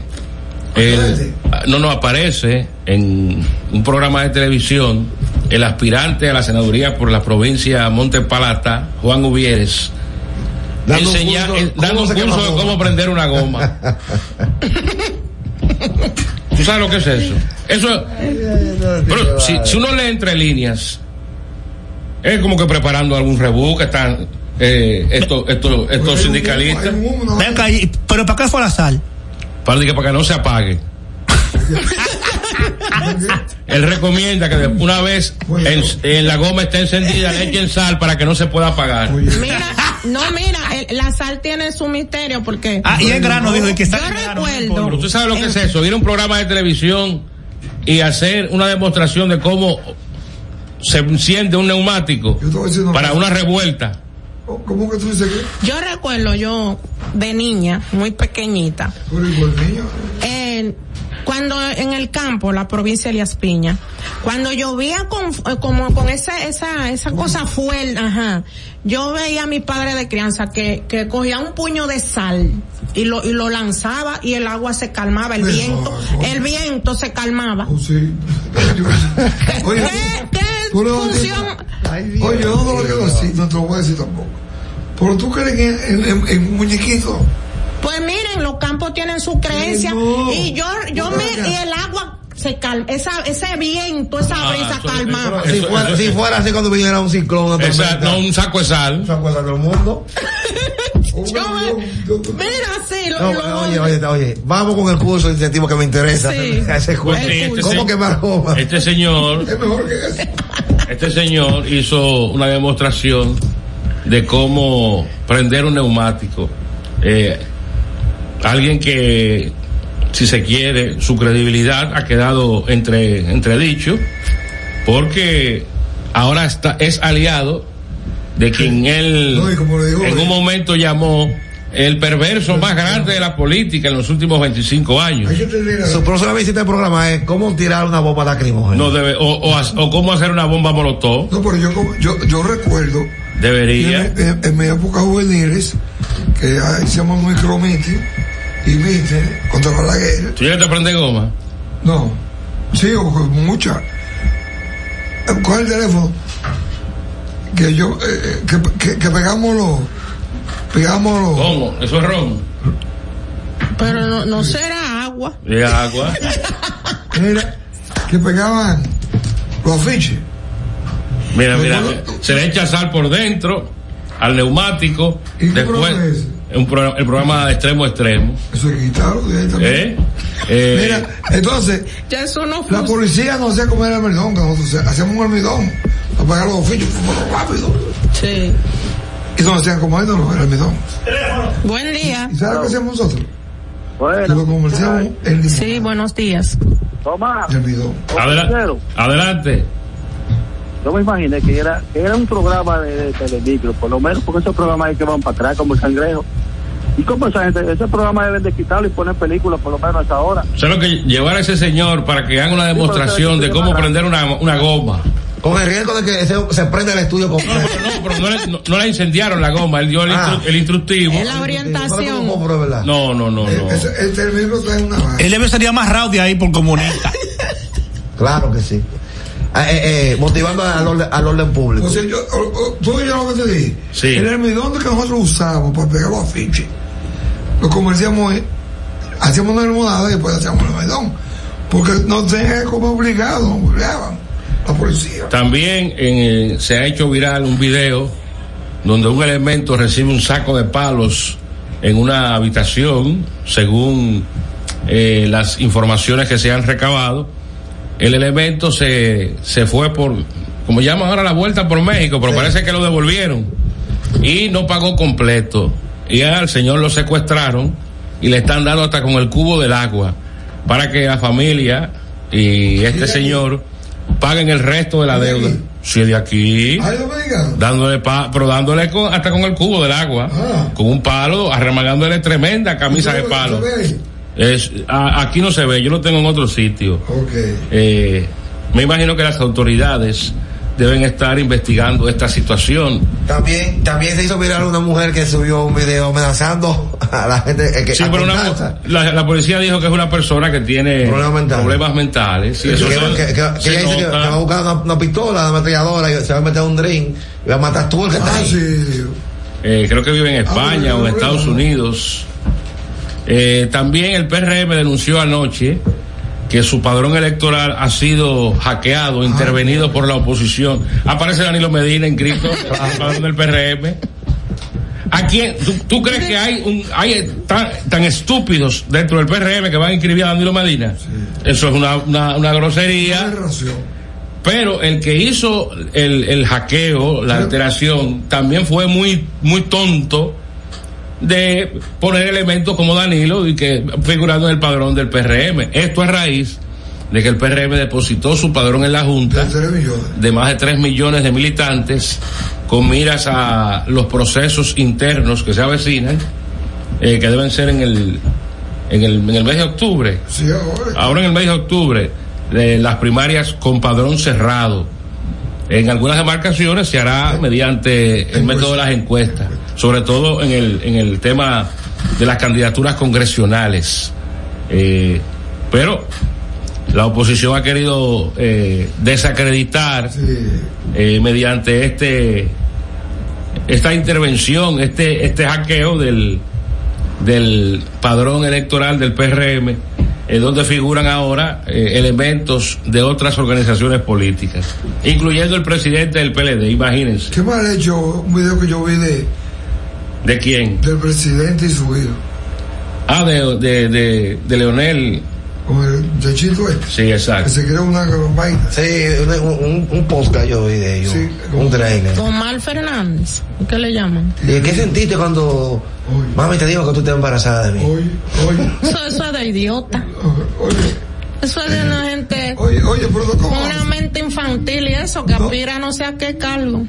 Speaker 2: el- no, no aparece en un programa de televisión el aspirante a la senaduría por la provincia Monte Plata, Juan Ubieres,
Speaker 11: Dando un
Speaker 2: enseña-
Speaker 11: curso-
Speaker 2: eh, dando
Speaker 11: ¿cómo
Speaker 2: un
Speaker 11: se quema
Speaker 2: curso de
Speaker 11: goma?
Speaker 2: cómo prender una goma. ¿Tú sabes lo que es eso? Eso, pero si, si uno lee entre líneas, es como que preparando algún rebú que están eh, estos, estos, estos sindicalistas
Speaker 1: Ven acá, y- pero ¿para qué fue la sal?
Speaker 2: para que, para que no se apague. Él recomienda que una vez en, en la goma esté encendida, le echen sal para que no se pueda apagar.
Speaker 5: No, mira, el- la sal tiene su misterio porque.
Speaker 2: Ah, y el grano, dijo, y que está
Speaker 5: Yo
Speaker 2: en
Speaker 5: recuerdo.
Speaker 2: Pero tú sabes lo que es eso, ir a un programa de televisión y hacer una demostración de cómo se enciende un neumático para una revuelta.
Speaker 3: ¿Cómo que tú dices que?
Speaker 5: Yo recuerdo yo de niña, muy pequeñita. eh, cuando en el campo, la provincia de Elías Piña, cuando llovía con, eh, como con esa, esa, esa cosa fuerte, ajá, yo veía a mi padre de crianza que, que cogía un puño de sal y lo, y lo lanzaba y el agua se calmaba, el viento, el viento se calmaba.
Speaker 3: Oh, Oye, tú le vas a- Oye, yo no lo quedo así, no te lo voy a decir tampoco. Pero tú crees que en, en, en un muñequito.
Speaker 5: Pues miren, los campos tienen su creencia y yo, yo me, y el agua se calma, esa, ese viento, esa
Speaker 6: Ah,
Speaker 5: brisa
Speaker 6: eso-
Speaker 5: calmaba.
Speaker 6: si, fuera, si fuera así cuando viniera un ciclón, una
Speaker 2: Exacto,
Speaker 6: tormenta.
Speaker 2: no, un saco de sal. Un
Speaker 6: saco de sal del mundo.
Speaker 5: Yo me- mira, sí, lo,
Speaker 6: No,
Speaker 5: lo-
Speaker 6: oye, oye, oye, vamos con el curso de incentivo que me interesa.
Speaker 5: Sí.
Speaker 6: Ese curso.
Speaker 2: Porque este
Speaker 6: ¿Cómo
Speaker 2: se-
Speaker 6: quemar goma?
Speaker 2: Este señor, este señor hizo una demostración de cómo prender un neumático. Eh, alguien que, si se quiere, su credibilidad ha quedado entre entredicho, porque ahora está es aliado de quien él en un momento llamó eh, el perverso más grande de la política en los últimos 25 años.
Speaker 6: Su próxima visita al programa es cómo tirar una bomba lacrimógena.
Speaker 2: No debe, o, o, as- o cómo hacer una bomba molotov.
Speaker 3: No, pero yo, como- yo, yo recuerdo eh,
Speaker 2: Debería.
Speaker 3: en, en mi época juveniles que hacíamos un micromeeting y meeting contra la guerra.
Speaker 2: ¿Tú llegaste a prender goma?
Speaker 3: No. Sí, o con mucha. ¿Cuál el teléfono? Que yo, eh, que, que, que pegamos los, pegamos los.
Speaker 2: ¿Cómo? Eso es ron.
Speaker 5: pero no, no será agua.
Speaker 2: Y agua.
Speaker 3: Mira, que pegaban los afiches.
Speaker 2: Mira, mira. Se le echa sal por dentro al neumático. Después, un pro- el programa de extremo a extremo.
Speaker 3: Eso es guitarra,
Speaker 2: ¿Eh? Eh,
Speaker 3: Mira, entonces,
Speaker 5: Ya eso no
Speaker 3: la policía no hacía comer almidón, que nosotros hacíamos un almidón para pagar los oficios, pero rápido.
Speaker 5: Sí.
Speaker 3: Y no hacían como esto, no, el almidón.
Speaker 5: Buen día.
Speaker 3: ¿Y sabes lo que hacíamos nosotros? Que lo comerciamos el
Speaker 5: Sí, buenos días.
Speaker 12: Tomás.
Speaker 3: almidón.
Speaker 2: adela-
Speaker 12: Cero.
Speaker 2: adelante.
Speaker 12: Yo me imaginé que era, que era un programa de, de telemicro, por lo menos, porque esos programas hay que van para atrás como el sangrejo. ¿Y cómo esa gente? Ese programa deben de quitarlo y poner películas, por lo menos a esa hora.
Speaker 2: Solo que llevar a ese señor para que haga una demostración de cómo prender una, una goma.
Speaker 6: Con el riesgo de que se, se prenda el estudio completo.
Speaker 2: No, pero no le, no- no le incendiaron la goma, él dio el,
Speaker 6: Ah.
Speaker 2: intru- el instructivo.
Speaker 1: orientación.
Speaker 2: No, no,
Speaker 3: Eh,
Speaker 2: no, no.
Speaker 3: El teléfono está en una.
Speaker 1: Él debe sería más raudio ahí por comunista.
Speaker 6: Claro que sí. Ah, eh, eh, motivando al orden, al orden público.
Speaker 3: O sea, yo, oh, o- o- tú oyes lo que te dije. El almidón que nosotros usábamos para pegar los afiches, lo comerciamos, eh, hacíamos una limonada y después hacíamos el almidón. Porque no tenía como obligado, nos obligaban la policía.
Speaker 2: También eh, se ha hecho viral un video donde un elemento recibe un saco de palos en una habitación, según eh, las informaciones que se han recabado. El elemento se, se fue por, como llaman ahora, la vuelta por México, pero parece que lo devolvieron y no pagó completo. Y al señor lo secuestraron y le están dando hasta con el cubo del agua para que la familia y este señor paguen el resto de la deuda. Si es de aquí, dándole pa- pero dándole con- hasta con el cubo del agua, con un palo, arremagándole tremenda camisa de palo. Es, a- aquí no se ve, yo lo tengo en otro sitio.
Speaker 3: Ok.
Speaker 2: Eh, me imagino que las autoridades deben estar investigando esta situación.
Speaker 6: También, también se hizo viral una mujer que subió un video amenazando a la gente. eh, que
Speaker 2: Sí,
Speaker 6: a
Speaker 2: pero una-
Speaker 6: contarse.
Speaker 2: la, la policía dijo que es una persona que tiene problemas mentales. y
Speaker 6: que,
Speaker 2: eso
Speaker 6: que-
Speaker 2: se-
Speaker 6: que- que- que
Speaker 2: se
Speaker 6: ella dice que, que
Speaker 2: nota.
Speaker 6: va a buscar una, una pistola, una metralladora, y se va a meter un drink y va a matar tú el que está ahí.
Speaker 2: Eh, creo que vive en España o en Estados Unidos. Eh, también el PRM denunció anoche que su padrón electoral ha sido hackeado, intervenido por la oposición. Aparece Danilo Medina inscrito en el padrón del PRM. ¿A quién? ¿Tú, tú crees que hay un hay tan, tan estúpidos dentro del PRM que van a inscribir a Danilo Medina? Eso es una, una, una grosería. Pero el que hizo el, el hackeo, la alteración, también fue muy, muy tonto de poner elementos como Danilo y que figurando en el padrón del PRM. Esto a raíz de que el PRM depositó su padrón en la Junta de más de 3 millones de militantes con miras a los procesos internos que se avecinan, eh, que deben ser en el, en el, en el mes de octubre. Ahora en el mes de octubre, eh, las primarias con padrón cerrado. En algunas demarcaciones se hará mediante el método de las encuestas, sobre todo en el, en el tema de las candidaturas congresionales. Eh, pero la oposición ha querido eh, desacreditar eh, mediante este esta intervención, este, este hackeo del, del padrón electoral del PRM, eh, donde figuran ahora eh, elementos de otras organizaciones políticas, incluyendo el presidente del PLD, imagínense.
Speaker 3: ¿Qué mal hecho un video que yo vi de,
Speaker 2: ¿De quién?
Speaker 3: del presidente y su hijo?
Speaker 2: Ah, de, de, de, de Leonel.
Speaker 3: Con el chachito este.
Speaker 2: Sí, exacto.
Speaker 3: Que se creó una vaina.
Speaker 6: Sí, un, un, un podcast yo vi de ellos. un trailer.
Speaker 5: Omar Fernández, ¿qué le llaman?
Speaker 6: ¿Y qué sentiste cuando mami te dijo que tú estás embarazada de mí?
Speaker 5: Eso, eso es de idiota. Eso es de una gente con una mente infantil y eso, que aspira a no sé a qué cargo.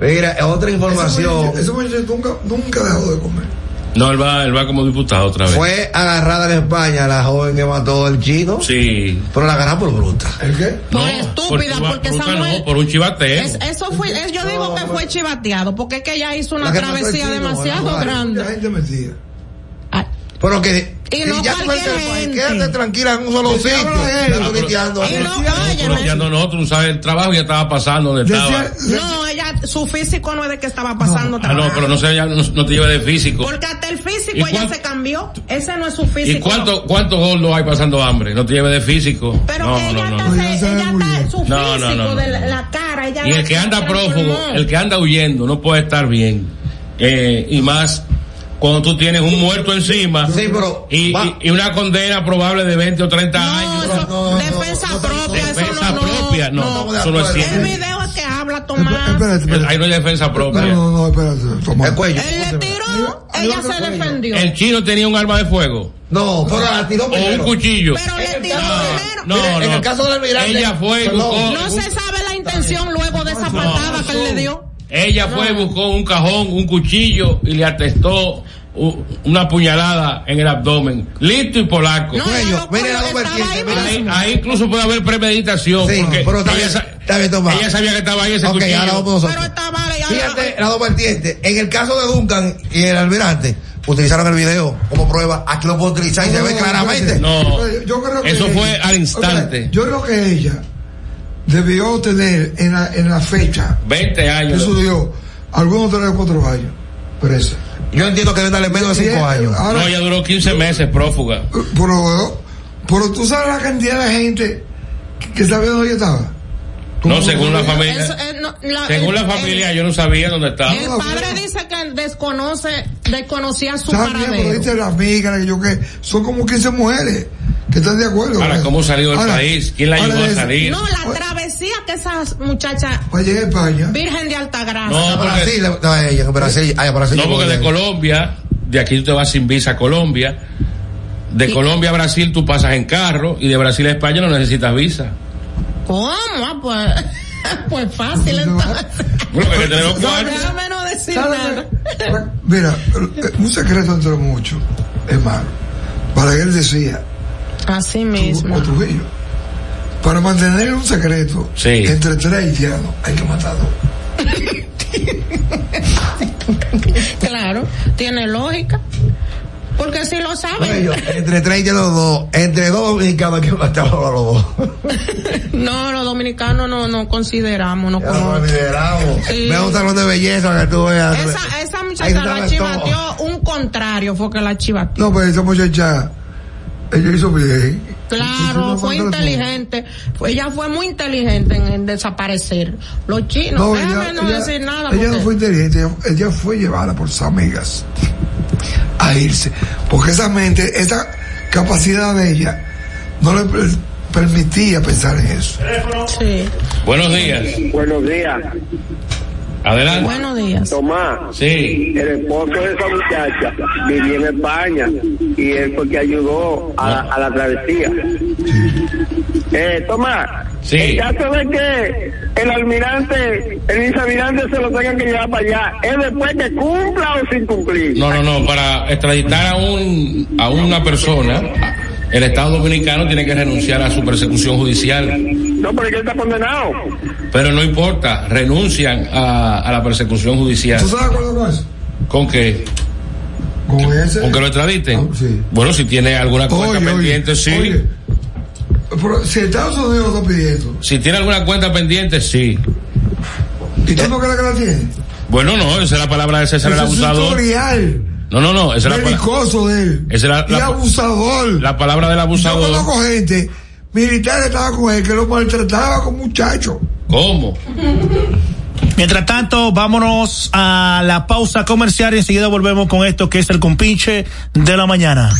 Speaker 6: Mira, otra información.
Speaker 3: Ese muchacho nunca, nunca dejó de comer.
Speaker 2: No, él va, él va como diputado otra vez.
Speaker 6: Fue agarrada en España la joven que mató al chino.
Speaker 2: Sí.
Speaker 6: Pero la agarraron por bruta.
Speaker 3: ¿El qué?
Speaker 2: No,
Speaker 5: estúpida,
Speaker 2: por,
Speaker 5: porque
Speaker 2: bruta
Speaker 5: Samuel-
Speaker 2: no, por un chivateo.
Speaker 5: Es- eso fue, es- yo digo que fue chivateado, porque es que ella hizo una
Speaker 6: La que mató al
Speaker 5: travesía
Speaker 6: chino,
Speaker 5: demasiado
Speaker 6: la-
Speaker 5: grande.
Speaker 3: La gente metía.
Speaker 6: Pero que.
Speaker 5: Y no
Speaker 6: ya tú ves
Speaker 5: cualquier
Speaker 6: el país,
Speaker 5: gente.
Speaker 6: Quédate tranquila en un solo
Speaker 3: Decía,
Speaker 6: sitio.
Speaker 3: "Habla
Speaker 2: Ah,
Speaker 3: de él".
Speaker 6: Estás tuiteando.
Speaker 5: Y no, óyeme.
Speaker 2: Bloqueando nosotros, tú sabes, el trabajo ya estaba pasando donde estaba.
Speaker 5: No, ella, su físico no es de que estaba pasando
Speaker 2: Ah, no, pero no, se, ya no, no te lleve de físico.
Speaker 5: Porque hasta el
Speaker 2: ¿Y
Speaker 5: físico ella
Speaker 2: cuánto-
Speaker 5: se cambió. Ese no es su físico.
Speaker 2: ¿Y cuánto, cuántos gordos hay pasando hambre? No te lleve de físico.
Speaker 5: Pero
Speaker 2: no,
Speaker 5: que ella
Speaker 2: no,
Speaker 5: está,
Speaker 2: no.
Speaker 5: se- ella está su
Speaker 2: No, no,
Speaker 5: físico
Speaker 2: no, no.
Speaker 5: de la, la cara. Ella
Speaker 2: Y
Speaker 5: la-
Speaker 2: el que anda
Speaker 5: la
Speaker 2: prófugo,
Speaker 5: transformó.
Speaker 2: el que anda huyendo, no puede estar bien. Eh, y más cuando tú tienes un muerto encima y, y- y una condena probable de 20 o 30 años.
Speaker 5: defensa propia, eso
Speaker 2: defensa
Speaker 5: no, no,
Speaker 2: propia, no, eso no existe.
Speaker 5: El video es que habla Tomás.
Speaker 2: Ahí no hay defensa propia. Eh,
Speaker 3: No, no, espérate. Toma. El
Speaker 6: cuello.
Speaker 5: Él le tiró, ella se defendió.
Speaker 2: El chino tenía un arma de fuego.
Speaker 6: No, pero la tiró
Speaker 2: O un
Speaker 6: primero.
Speaker 2: cuchillo. Ah,
Speaker 5: Pero le tiró primero.
Speaker 2: No,
Speaker 6: Mire, en
Speaker 2: no.
Speaker 6: el caso del almirante-
Speaker 2: Ella fue y
Speaker 6: Perdón.
Speaker 2: buscó.
Speaker 5: No se sabe la intención luego de esa patada que él le dio.
Speaker 2: Ella fue, buscó un cajón, un cuchillo y le atestó u- una puñalada en el abdomen. Listo y polaco. ahí, ahí incluso puede haber premeditación. porque
Speaker 6: pero está
Speaker 2: ella,
Speaker 6: bien,
Speaker 2: sa-
Speaker 6: está bien, Tomás.
Speaker 2: ella sabía que estaba ahí ese
Speaker 6: Ok,
Speaker 2: cuchillo.
Speaker 6: ahora vamos nosotros. Fíjate, las dos vertientes. En el caso de Duncan y el almirante, utilizaron el video como prueba. Aquí lo puedo utilizar y se ve claramente.
Speaker 3: Yo creo que
Speaker 6: eso fue
Speaker 3: ella-
Speaker 6: al instante.
Speaker 3: Oiga, yo creo que ella debió tener en la, en la fecha
Speaker 2: 20
Speaker 3: que
Speaker 2: años.
Speaker 3: sucedió algunos 3 o 4 años presa.
Speaker 6: Yo entiendo que debe darle menos de 5 años.
Speaker 2: No, ella duró 15 meses prófuga.
Speaker 3: Pero, pero tú sabes la cantidad de gente que, que sabía dónde yo estaba.
Speaker 2: No, según la familia.
Speaker 5: Eso, eh, no, la-
Speaker 2: según la
Speaker 5: el-
Speaker 2: familia, yo no sabía dónde estaba.
Speaker 5: El padre dice que desconoce, desconocía su
Speaker 3: Está bien, pero
Speaker 5: paradero.
Speaker 3: viste las migas, que yo qué. Son como 15 mujeres que están de acuerdo.
Speaker 2: Ahora, ¿cómo salió del país? ¿Quién la ayudó a salir?
Speaker 5: No, la travesía que esas muchachas,
Speaker 3: Oye, España.
Speaker 5: Virgen de Altagracia.
Speaker 2: No, porque-
Speaker 6: Brasil, no, ella, en Brasil,
Speaker 3: Ah,
Speaker 6: ay, en Brasil.
Speaker 2: No, porque de Colombia, de aquí tú te vas sin visa a Colombia. De Colombia a Brasil tú pasas en carro y de Brasil a España no necesitas visa.
Speaker 5: ¿Cómo? Ah, Pues, pues fácil entonces.
Speaker 2: Bueno, porque tenemos cuatro.
Speaker 5: Déjame no decir
Speaker 3: ¿Sabes?
Speaker 5: nada.
Speaker 3: Mira, eh, un secreto entre muchos es malo. Para él decía,
Speaker 5: Así
Speaker 3: mismo. Para mantener un secreto
Speaker 2: Sí.
Speaker 3: entre tres haitianos hay que matarlo.
Speaker 5: claro, tiene lógica. Porque si lo saben.
Speaker 6: Entre tres de los dos, entre dos dominicanos hay que matarlo a los dos.
Speaker 5: No, los dominicanos no, no consideramos, no como-
Speaker 6: Consideramos.
Speaker 5: Sí.
Speaker 6: Ve a un salón de belleza que
Speaker 3: eh,
Speaker 6: tú veas.
Speaker 5: Eh, Esa, esa
Speaker 6: Ahí
Speaker 5: muchacha
Speaker 6: está
Speaker 5: la
Speaker 6: todo.
Speaker 5: chivateó un contrario, fue que la chivateó.
Speaker 3: No, pero esa muchacha, ella hizo bien.
Speaker 5: Claro, fue inteligente. Fue- Ella fue muy inteligente en, en desaparecer. Los chinos,
Speaker 3: No,
Speaker 5: déjame
Speaker 3: ella,
Speaker 5: no
Speaker 3: ella-
Speaker 5: decir nada.
Speaker 3: ella no
Speaker 5: porque-
Speaker 3: fue inteligente, ella, ella fue llevada por sus amigas a irse. Porque esa mente, esa capacidad de ella, no le per- permitía pensar en eso.
Speaker 5: Sí.
Speaker 2: Buenos días.
Speaker 12: Buenos días.
Speaker 2: Adelante.
Speaker 5: Buenos días.
Speaker 12: Tomás.
Speaker 2: Sí.
Speaker 12: El esposo de esa muchacha vivía en España y él fue que ayudó a, la- a la travesía. Eh, Tomás.
Speaker 2: Sí.
Speaker 12: El caso de que el almirante, el vicealmirante se lo tengan que llevar para allá. Es después que cumpla o sin cumplir.
Speaker 2: No, no, no. Para extraditar a, un, a una persona, el Estado Dominicano tiene que renunciar a su persecución judicial.
Speaker 12: No, porque él está condenado.
Speaker 2: Pero no importa, renuncian a, a la persecución judicial.
Speaker 3: ¿Tú sabes cuál es eso?
Speaker 2: ¿Con qué?
Speaker 3: Con ese. Ah,
Speaker 2: ¿Con que lo extraditen? Bueno, si tiene alguna cuenta pendiente, sí.
Speaker 3: Pero si Estados Unidos lo está pidiendo,
Speaker 2: Si tiene alguna cuenta pendiente, sí.
Speaker 3: ¿y tú no crees que la tiene?
Speaker 2: Bueno, no, esa es la palabra de César el
Speaker 3: Ese es un
Speaker 2: abusador.
Speaker 3: tutorial
Speaker 2: No, no, no, esa es la palabra.
Speaker 3: belicoso de él.
Speaker 2: Esa es la,
Speaker 3: y
Speaker 2: la-
Speaker 3: abusador.
Speaker 2: la palabra del
Speaker 3: Yo
Speaker 2: abusador.
Speaker 3: conozco gente, militar que estaba con él, que lo maltrataba con muchachos.
Speaker 2: ¿Cómo?
Speaker 1: Mientras tanto, vámonos a la pausa comercial y enseguida volvemos con esto que es el compinche de la mañana.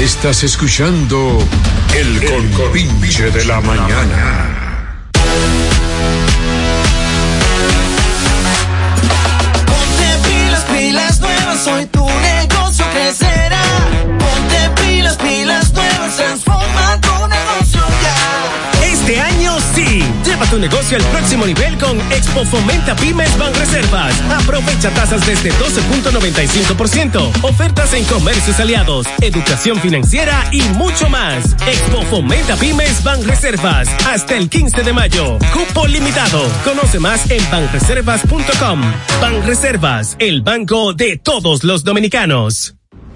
Speaker 11: Estás escuchando el compinche de la mañana.
Speaker 7: Ponte pilas, pilas nuevas, hoy tu negocio crecerá. Ponte pilas, pilas nuevas, transforma tu negocio ya.
Speaker 8: Este año sí. Lleva tu negocio al próximo nivel con Expo Fomenta Pymes Banreservas. Aprovecha tasas desde 12.95%, ofertas en comercios aliados, educación financiera y mucho más. Expo Fomenta Pymes Banreservas hasta el 15 de mayo. Cupo limitado. Conoce más en banreservas.com. Banreservas, el banco de todos los dominicanos.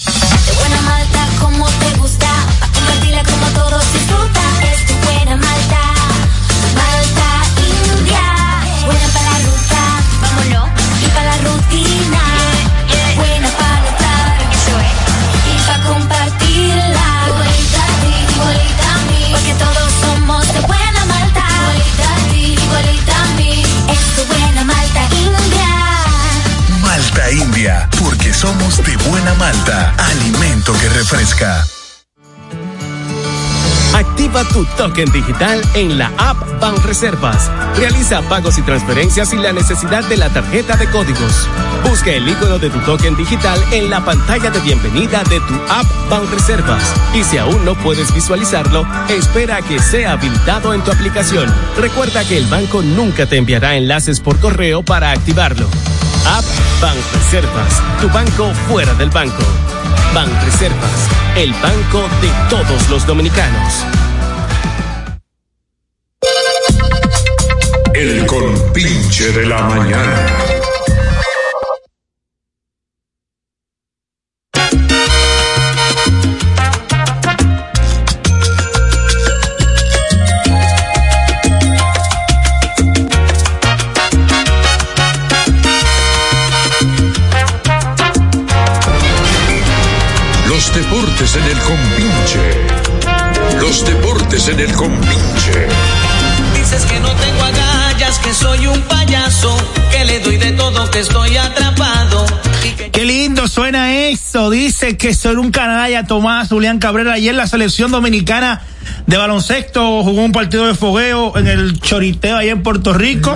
Speaker 10: De buena malta como te gusta, pa compartirla como todos disfruta. Es tu buena malta, malta india. Buena para la ruta, vámonos y para la rutina. Buena para notar, eso es. Y para compartirla. Igualita a ti, igualita a mí, porque todos somos de buena malta. Igualita a ti, igualita a mí. Es tu buena malta india.
Speaker 4: Malta India, porque somos de buena malta, alimento que refresca.
Speaker 8: Activa tu token digital en la app Banreservas. Realiza pagos y transferencias sin la necesidad de la tarjeta de códigos. Busca el icono de tu token digital en la pantalla de bienvenida de tu app Banreservas. Y si aún no puedes visualizarlo, espera a que sea habilitado en tu aplicación. Recuerda que el banco nunca te enviará enlaces por correo para activarlo. App Banreservas, tu banco fuera del banco. Banreservas, el banco de todos los dominicanos.
Speaker 11: El compinche de la mañana. Los deportes en el compinche. Los deportes en el compinche.
Speaker 7: Dices que no tengo agallas, que soy un payaso, que le doy de todo, que estoy atrapado.
Speaker 1: Qué lindo suena eso. Dice que soy un canalla, Tomás Julián Cabrera. Ayer la selección dominicana de baloncesto jugó un partido de fogueo en el Choriteo, allá en Puerto Rico.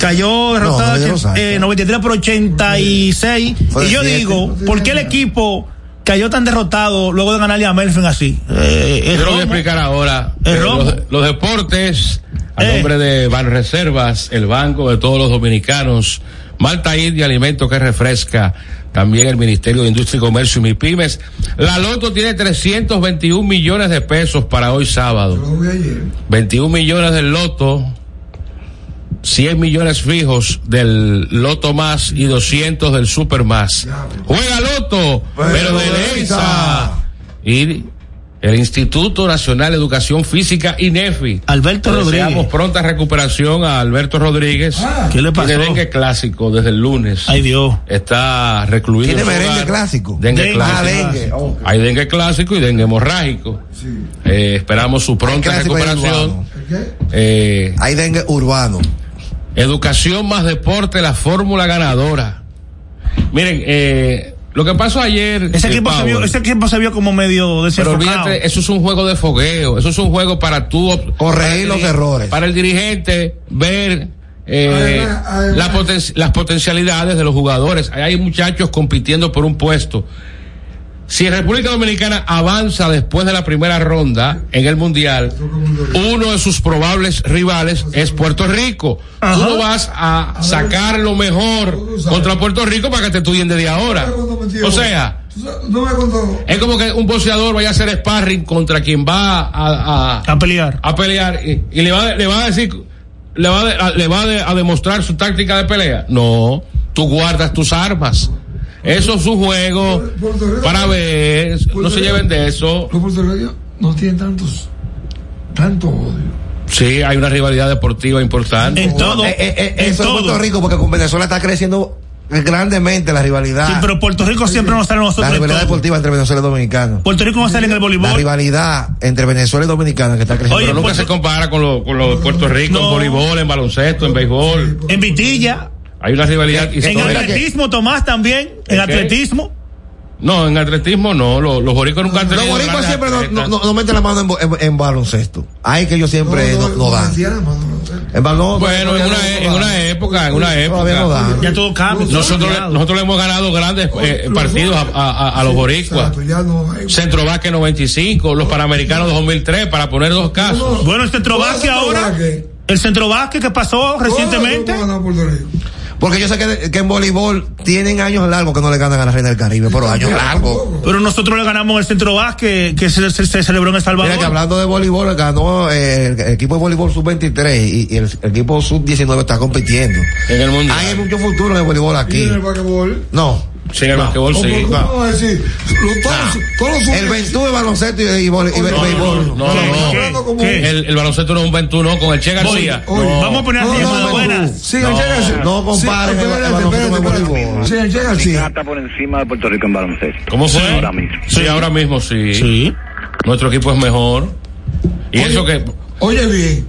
Speaker 1: Cayó derrotada
Speaker 6: de los Ángeles.
Speaker 1: eh, 93 por 86.
Speaker 6: Fue
Speaker 1: Y
Speaker 6: de
Speaker 1: yo
Speaker 6: siete.
Speaker 1: digo, ¿por qué el equipo cayó tan derrotado luego de ganarle a Melvin así? Eh, es
Speaker 2: Yo lo voy
Speaker 1: romo.
Speaker 2: a explicar ahora.
Speaker 1: Es
Speaker 2: Eh,
Speaker 1: romo.
Speaker 2: Los, los deportes, a
Speaker 1: Eh.
Speaker 2: nombre de Banreservas, el banco de todos los dominicanos, Malta Id y Alimentos que Refresca, también el Ministerio de Industria y Comercio y MIPIMES. La Loto tiene 321 millones de pesos para hoy sábado. 21 millones del Loto, 100 millones fijos del Loto Más y 200 del Super Más. Juega Loto, pero de Leisa. Y el Instituto Nacional de Educación Física, INEFI.
Speaker 1: Alberto
Speaker 2: Deseamos
Speaker 1: Rodríguez.
Speaker 2: pronta recuperación a Alberto Rodríguez.
Speaker 6: Ah.
Speaker 1: ¿Qué le pasó?
Speaker 2: Tiene dengue clásico desde el lunes.
Speaker 1: Ay, Dios.
Speaker 2: Está recluido.
Speaker 6: Tiene
Speaker 2: en su
Speaker 6: merengue
Speaker 2: hogar.
Speaker 6: clásico.
Speaker 2: Dengue,
Speaker 6: Dengue.
Speaker 2: clásico.
Speaker 6: Ah, dengue. Ok.
Speaker 2: Hay dengue clásico y dengue hemorrágico. Eh, esperamos su pronta
Speaker 6: clásico y
Speaker 2: recuperación. Eh,
Speaker 6: Hay dengue urbano.
Speaker 2: Educación más deporte, la fórmula ganadora. Miren, eh, lo que pasó ayer.
Speaker 1: Ese
Speaker 2: eh,
Speaker 1: equipo, se
Speaker 2: Power,
Speaker 1: vio, ese equipo se vio como medio
Speaker 2: pero
Speaker 1: desenfocado.
Speaker 2: olvídate, eso es un juego de fogueo. Eso es un juego para tú. para el
Speaker 6: los
Speaker 2: diri-
Speaker 6: errores.
Speaker 2: Para el dirigente ver. eh,
Speaker 6: Además, además.
Speaker 2: la poten- las potencialidades de los jugadores. Ahí Hay muchachos compitiendo por un puesto. Si República Dominicana avanza después de la primera ronda en el Mundial, uno de sus probables rivales es Puerto Rico. Tú no vas a sacar lo mejor contra Puerto Rico para que te estudien desde ahora. O sea,
Speaker 3: No me contó.
Speaker 2: es como que un boxeador vaya a hacer sparring contra quien va a, a,
Speaker 1: a pelear.
Speaker 2: A pelear y, y le, va, le va a decir, le va, de- a, le va de- a demostrar su táctica de pelea. No, tú guardas tus armas. Eso es un juego para ver, no se lleven de eso.
Speaker 3: Los puertorriqueños no tienen tantos, tanto odio.
Speaker 2: Sí, hay una rivalidad deportiva importante.
Speaker 6: Eh, eh, eh, eso es Puerto Rico, porque con Venezuela está creciendo grandemente la rivalidad.
Speaker 1: Sí, pero Puerto Rico siempre nos sale a nosotros
Speaker 6: La
Speaker 1: en
Speaker 6: rivalidad
Speaker 1: todo.
Speaker 6: deportiva entre Venezuela y Dominicana.
Speaker 1: Puerto Rico va a salir en el voleibol.
Speaker 6: La rivalidad entre Venezuela y Dominicana que está creciendo.
Speaker 2: Pero nunca se compara con los con lo de Puerto Rico en voleibol, en baloncesto, en béisbol.
Speaker 1: En Vitilla.
Speaker 2: Hay una rivalidad
Speaker 1: En
Speaker 2: histórica.
Speaker 1: atletismo, Tomás, también. En
Speaker 2: ¿En qué?
Speaker 1: atletismo.
Speaker 2: No, en atletismo no. Los, los boricos nunca han
Speaker 6: Los
Speaker 2: tenido
Speaker 6: boricuas
Speaker 2: grandes
Speaker 6: siempre no, no-
Speaker 2: atletas.
Speaker 6: no- no meten la mano en, bo- en- en baloncesto. Ahí que ellos siempre no, no dan. En balón,
Speaker 2: Bueno, en una, e- en una época, en una
Speaker 6: Todavía no
Speaker 2: época.
Speaker 6: dan.
Speaker 1: Ya todo cambia.
Speaker 2: Nosotros, le- nosotros le hemos ganado grandes eh, partidos a, a- a- a los boricuas. Centro Vázquez 95, los Panamericanos 2003, para poner dos casos.
Speaker 1: Bueno, el centro básquet ahora. El centro básquet que pasó recientemente.
Speaker 6: Porque yo sé que, que en voleibol tienen años largos que no le ganan a la Reina del Caribe, pero años largos.
Speaker 1: Pero nosotros le ganamos el centro básquet que se, se- se celebró en El Salvador.
Speaker 6: Mira que hablando de voleibol, ganó eh, el equipo de voleibol sub-23 y, y el, el equipo sub-19 está compitiendo.
Speaker 2: En el mundial.
Speaker 6: Hay mucho futuro en el voleibol
Speaker 3: Y
Speaker 6: aquí.
Speaker 3: en el basquetbol.
Speaker 6: No.
Speaker 2: Sí, en el basquetbol
Speaker 3: ¿Cómo-
Speaker 2: sí.
Speaker 3: cómo vamos a decir? Los- todos- todos los-
Speaker 6: El Ventú de baloncesto y, y, vole- y
Speaker 2: No,
Speaker 6: béisbol.
Speaker 2: no, no, no. El, el baloncesto no es un 21 con el Che García.
Speaker 1: Voy.
Speaker 2: No.
Speaker 1: Vamos a poner
Speaker 3: No,
Speaker 1: así
Speaker 3: no,
Speaker 1: llamadas
Speaker 3: no.
Speaker 1: buenas.
Speaker 3: Sí, el
Speaker 6: No,
Speaker 3: Che García.
Speaker 6: no compares
Speaker 3: Sí,
Speaker 6: el
Speaker 3: espérate,
Speaker 6: baloncesto
Speaker 3: espérate,
Speaker 6: con el
Speaker 3: espérate.
Speaker 6: voleibol.
Speaker 3: Sí, el Che García.
Speaker 13: está por encima de Puerto Rico en baloncesto.
Speaker 2: ¿Cómo fue?
Speaker 13: Ahora mismo.
Speaker 2: Sí, ahora mismo sí. Nuestro equipo es mejor. Y eso que.
Speaker 3: Oye bien,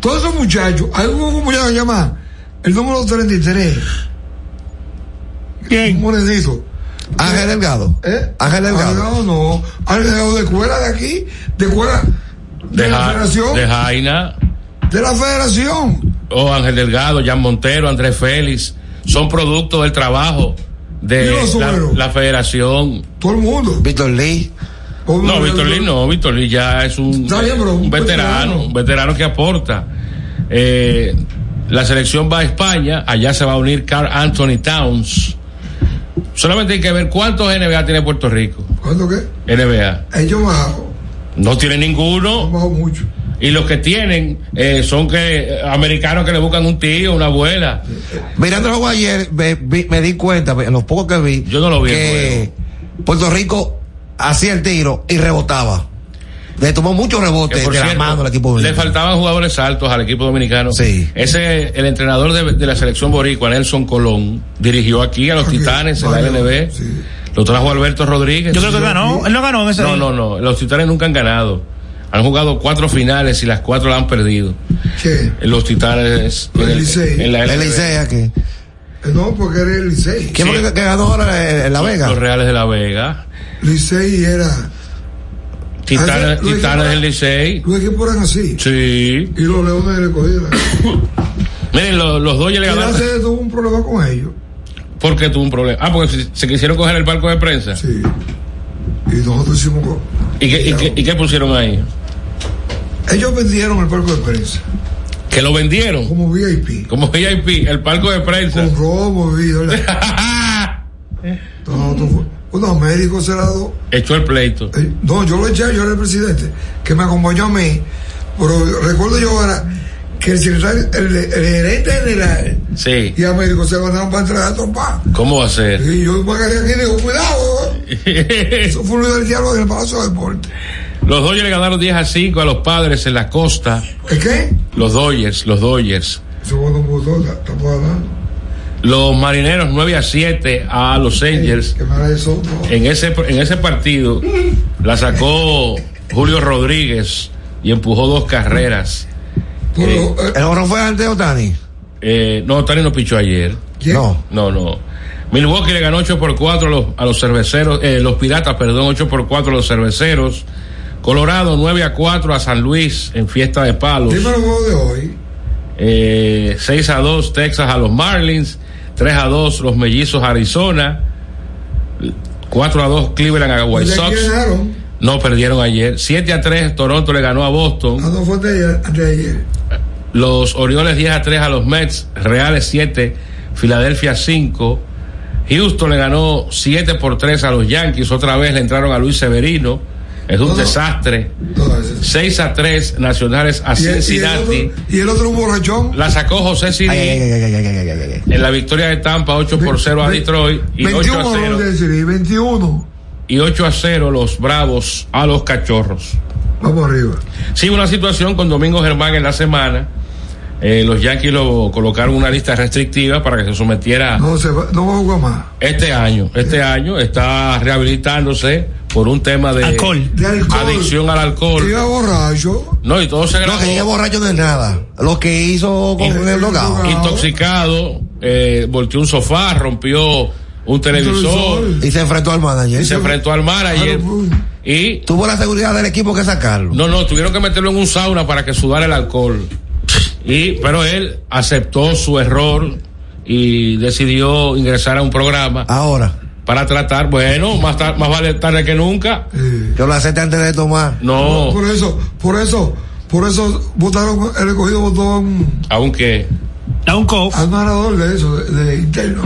Speaker 3: todos esos muchachos, hay un muchacho que llama el número 33.
Speaker 1: ¿Quién?
Speaker 3: Un morenito.
Speaker 6: Ángel Delgado.
Speaker 3: ¿Eh?
Speaker 6: Ángel Delgado.
Speaker 3: no. Ángel Delgado de escuela de aquí, de escuela de,
Speaker 2: De,
Speaker 3: la
Speaker 2: Ja-
Speaker 3: federación.
Speaker 2: de Jaina.
Speaker 3: de la federación.
Speaker 2: o Ángel Delgado, Jan Montero, Andrés Félix, son producto del trabajo
Speaker 3: Y
Speaker 2: de
Speaker 3: los
Speaker 2: la,
Speaker 3: obreros.
Speaker 2: la federación.
Speaker 3: Todo el mundo.
Speaker 6: Víctor Lee.
Speaker 2: No, Víctor Lee no, Víctor Lee ya es un,
Speaker 3: Está bien, bro,
Speaker 2: un
Speaker 3: un veterano.
Speaker 2: veterano, un veterano que aporta. Eh, la selección va a España, allá se va a unir Carl Anthony Towns. Solamente hay que ver cuántos NBA tiene Puerto Rico.
Speaker 3: ¿Cuánto qué?
Speaker 2: NBA.
Speaker 3: Ellos bajaron.
Speaker 2: No tiene ninguno.
Speaker 3: Bajó mucho.
Speaker 2: Y los que tienen eh, son que eh, americanos que le buscan un tío, una abuela.
Speaker 6: Mirando el juego ayer, ve- vi- me, di cuenta, en los pocos que vi,
Speaker 2: Yo no lo vi el
Speaker 6: que Puerto Rico hacía el tiro y rebotaba. Le tomó muchos
Speaker 2: Que,
Speaker 6: rebotes de
Speaker 2: Eh, por
Speaker 6: la
Speaker 2: cierto,
Speaker 6: mano al equipo
Speaker 2: le
Speaker 6: dominicano.
Speaker 2: faltaban jugadores altos al equipo dominicano. Ese, el entrenador de, de la selección boricua, Nelson Colón, dirigió aquí a los Titanes en la LNB. Lo trajo Alberto Rodríguez.
Speaker 1: Yo creo que ganó. Él no ganó en ese
Speaker 2: No, no, no. Los Titanes nunca han ganado. Han jugado cuatro finales y las cuatro las han perdido.
Speaker 3: ¿Qué?
Speaker 2: Los Titanes en,
Speaker 3: El Licey. Eh,
Speaker 2: en la
Speaker 6: El
Speaker 2: LNB.
Speaker 6: Licea que
Speaker 3: No, porque era el Licey.
Speaker 6: ¿Quién fue que- que ganó ahora en La Vega?
Speaker 2: Los Reales de La Vega.
Speaker 3: Licey era.
Speaker 2: Titanes,
Speaker 3: Así, lo
Speaker 2: Titanes del Licey.
Speaker 3: Los equipos eran así.
Speaker 2: Sí.
Speaker 3: Y los Leones del Escogido.
Speaker 2: Miren, los, los Dodgers le
Speaker 3: Y la
Speaker 2: ganaron.
Speaker 3: sede tuvo un problema con ellos.
Speaker 2: ¿Por qué tuvo un problema? Ah, porque se- se quisieron coger el barco de prensa.
Speaker 3: Sí. Y nosotros hicimos. co-
Speaker 2: ¿Y qué, y qué- y qué pusieron ahí?
Speaker 3: Ellos vendieron el parque de prensa.
Speaker 2: Que lo vendieron.
Speaker 3: Como VIP.
Speaker 2: Como VIP, el palco de prensa.
Speaker 3: Con robo, y Eh. Nosotros fu- unos médicos cerrados.
Speaker 2: Echó el pleito.
Speaker 3: No, yo lo eché, yo era el presidente, que me acompañó a mí. Pero recuerdo yo ahora que el secretario, el, el gerente general
Speaker 2: Sí.
Speaker 3: y a médico se levantaron para entrar a trompar.
Speaker 2: ¿Cómo va a ser?
Speaker 3: Y yo me agarré aquí y digo, cuidado. eh". Eso fue uno del diablo del Palacio de Deporte.
Speaker 2: Los Dodgers le ganaron 10 a 5 a los padres en la costa.
Speaker 3: ¿Es qué?
Speaker 2: Los Dodgers, los Dodgers.
Speaker 3: Eso fue un botón, tampoco hablando.
Speaker 2: Los marineros 9 a 7 a los Angels. En ese, en ese partido la sacó Julio Rodríguez y empujó dos carreras.
Speaker 6: ¿El oro fue antes de Otani?
Speaker 2: Eh, no, Tani no pichó ayer.
Speaker 6: No.
Speaker 2: No, no. Milwaukee le ganó 8 por 4 a los, a los cerveceros, eh, los piratas, perdón, 8 por 4 a los cerveceros. Colorado 9 a 4 a San Luis en fiesta de palos.
Speaker 3: Dime los juegos de hoy.
Speaker 2: Eh, 6 a 2 Texas a los Marlins, 3 a 2 los mellizos Arizona, 4 a 2 Cleveland a White
Speaker 3: ¿De quién
Speaker 2: Sox.
Speaker 3: ganaron?
Speaker 2: No perdieron ayer. 7 a 3 Toronto le ganó a Boston.
Speaker 3: No fue antes de ayer- antes de ayer.
Speaker 2: Los Orioles 10 a 3 a los Mets, Reales 7, Filadelfia 5. Houston le ganó 7 por 3 a los Yankees, otra vez le entraron a Luis Severino. Es un desastre. 6 a 3 Nacionales a
Speaker 3: Y el- y el
Speaker 2: Cincinnati.
Speaker 3: otro- Y el otro un borrachón.
Speaker 2: La sacó José Siri en la victoria de Tampa 8 por 0 a Detroit y 8 a
Speaker 3: 21
Speaker 2: 0
Speaker 3: de serie, 21.
Speaker 2: y 8 a 0 los Bravos a los Cachorros.
Speaker 3: Vamos arriba.
Speaker 2: Sigue una situación con Domingo Germán en la semana. Eh, los Yankees lo colocaron en una lista restrictiva para que se sometiera
Speaker 3: No, se va, no va a jugar más.
Speaker 2: este año. Este año está rehabilitándose por un tema de,
Speaker 3: De alcohol.
Speaker 2: adicción al alcohol.
Speaker 3: Iba borracho.
Speaker 2: No, y todo se grabó.
Speaker 6: No, que ella borracho de nada. Lo que hizo con el logado.
Speaker 2: Intoxicado, eh, volteó un sofá, rompió un televisor,
Speaker 6: Y se enfrentó al manager. pues.
Speaker 2: y se enfrentó al mar ayer. Y
Speaker 6: Tuvo la seguridad del equipo que sacarlo.
Speaker 2: No, no, tuvieron que meterlo en un sauna para que sudara el alcohol. Y, pero él aceptó su error y decidió ingresar a un programa.
Speaker 6: Ahora.
Speaker 2: Para tratar, bueno, más, tar- más vale tarde que nunca.
Speaker 6: Yo lo acepté antes de tomar.
Speaker 2: No.
Speaker 3: Por eso, por eso, por eso votaron, el escogido votó a un,
Speaker 2: Aunque,
Speaker 1: a un coach.
Speaker 3: A un narrador de eso, de, de interno.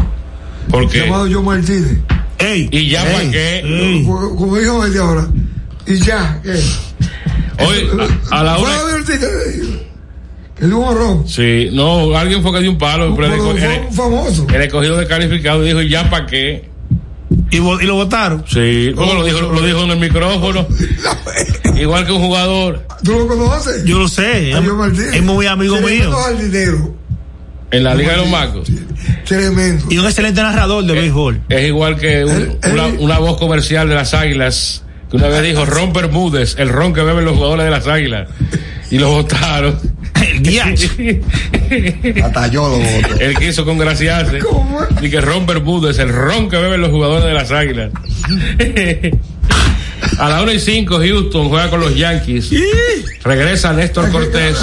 Speaker 2: porque.
Speaker 3: Llamado John Martínez.
Speaker 1: Ey.
Speaker 2: ¿Y ya para qué?
Speaker 3: Como como dijo él de ahora. Y ya, ¿qué?
Speaker 2: Hoy, a, a la hora.
Speaker 3: Fuera de Ortiz, eh, El hubo ron.
Speaker 2: Sí, no, alguien fue que dio un palo. Pero el,
Speaker 3: Pero
Speaker 2: esco-
Speaker 3: fue
Speaker 2: el-
Speaker 3: un famoso.
Speaker 2: el escogido descalificado dijo, ¿y ya para qué?
Speaker 1: ¿Y, lo votaron?
Speaker 2: Sí, luego lo dijo, lo dijo en el micrófono. Igual que un jugador.
Speaker 3: ¿Tú lo conoces?
Speaker 1: Yo lo sé.
Speaker 3: A
Speaker 1: es-
Speaker 3: John Martínez.
Speaker 1: es muy amigo
Speaker 3: Tremendo
Speaker 1: mío.
Speaker 3: jardinero.
Speaker 2: En la Liga de los Macos.
Speaker 3: Tremendo.
Speaker 1: Y un excelente narrador de béisbol.
Speaker 2: Es igual que un- una, una voz comercial de las águilas que una vez dijo Ron Bermúdez, el ron que beben los jugadores de las águilas. Y lo votaron.
Speaker 6: Hasta yo lo voto.
Speaker 2: Él quiso congraciarse. Y que Ron Bermúdez, el ron que beben los jugadores de las águilas. A la 1 y 5, Houston juega con los Yankees. Regresa Néstor Cortés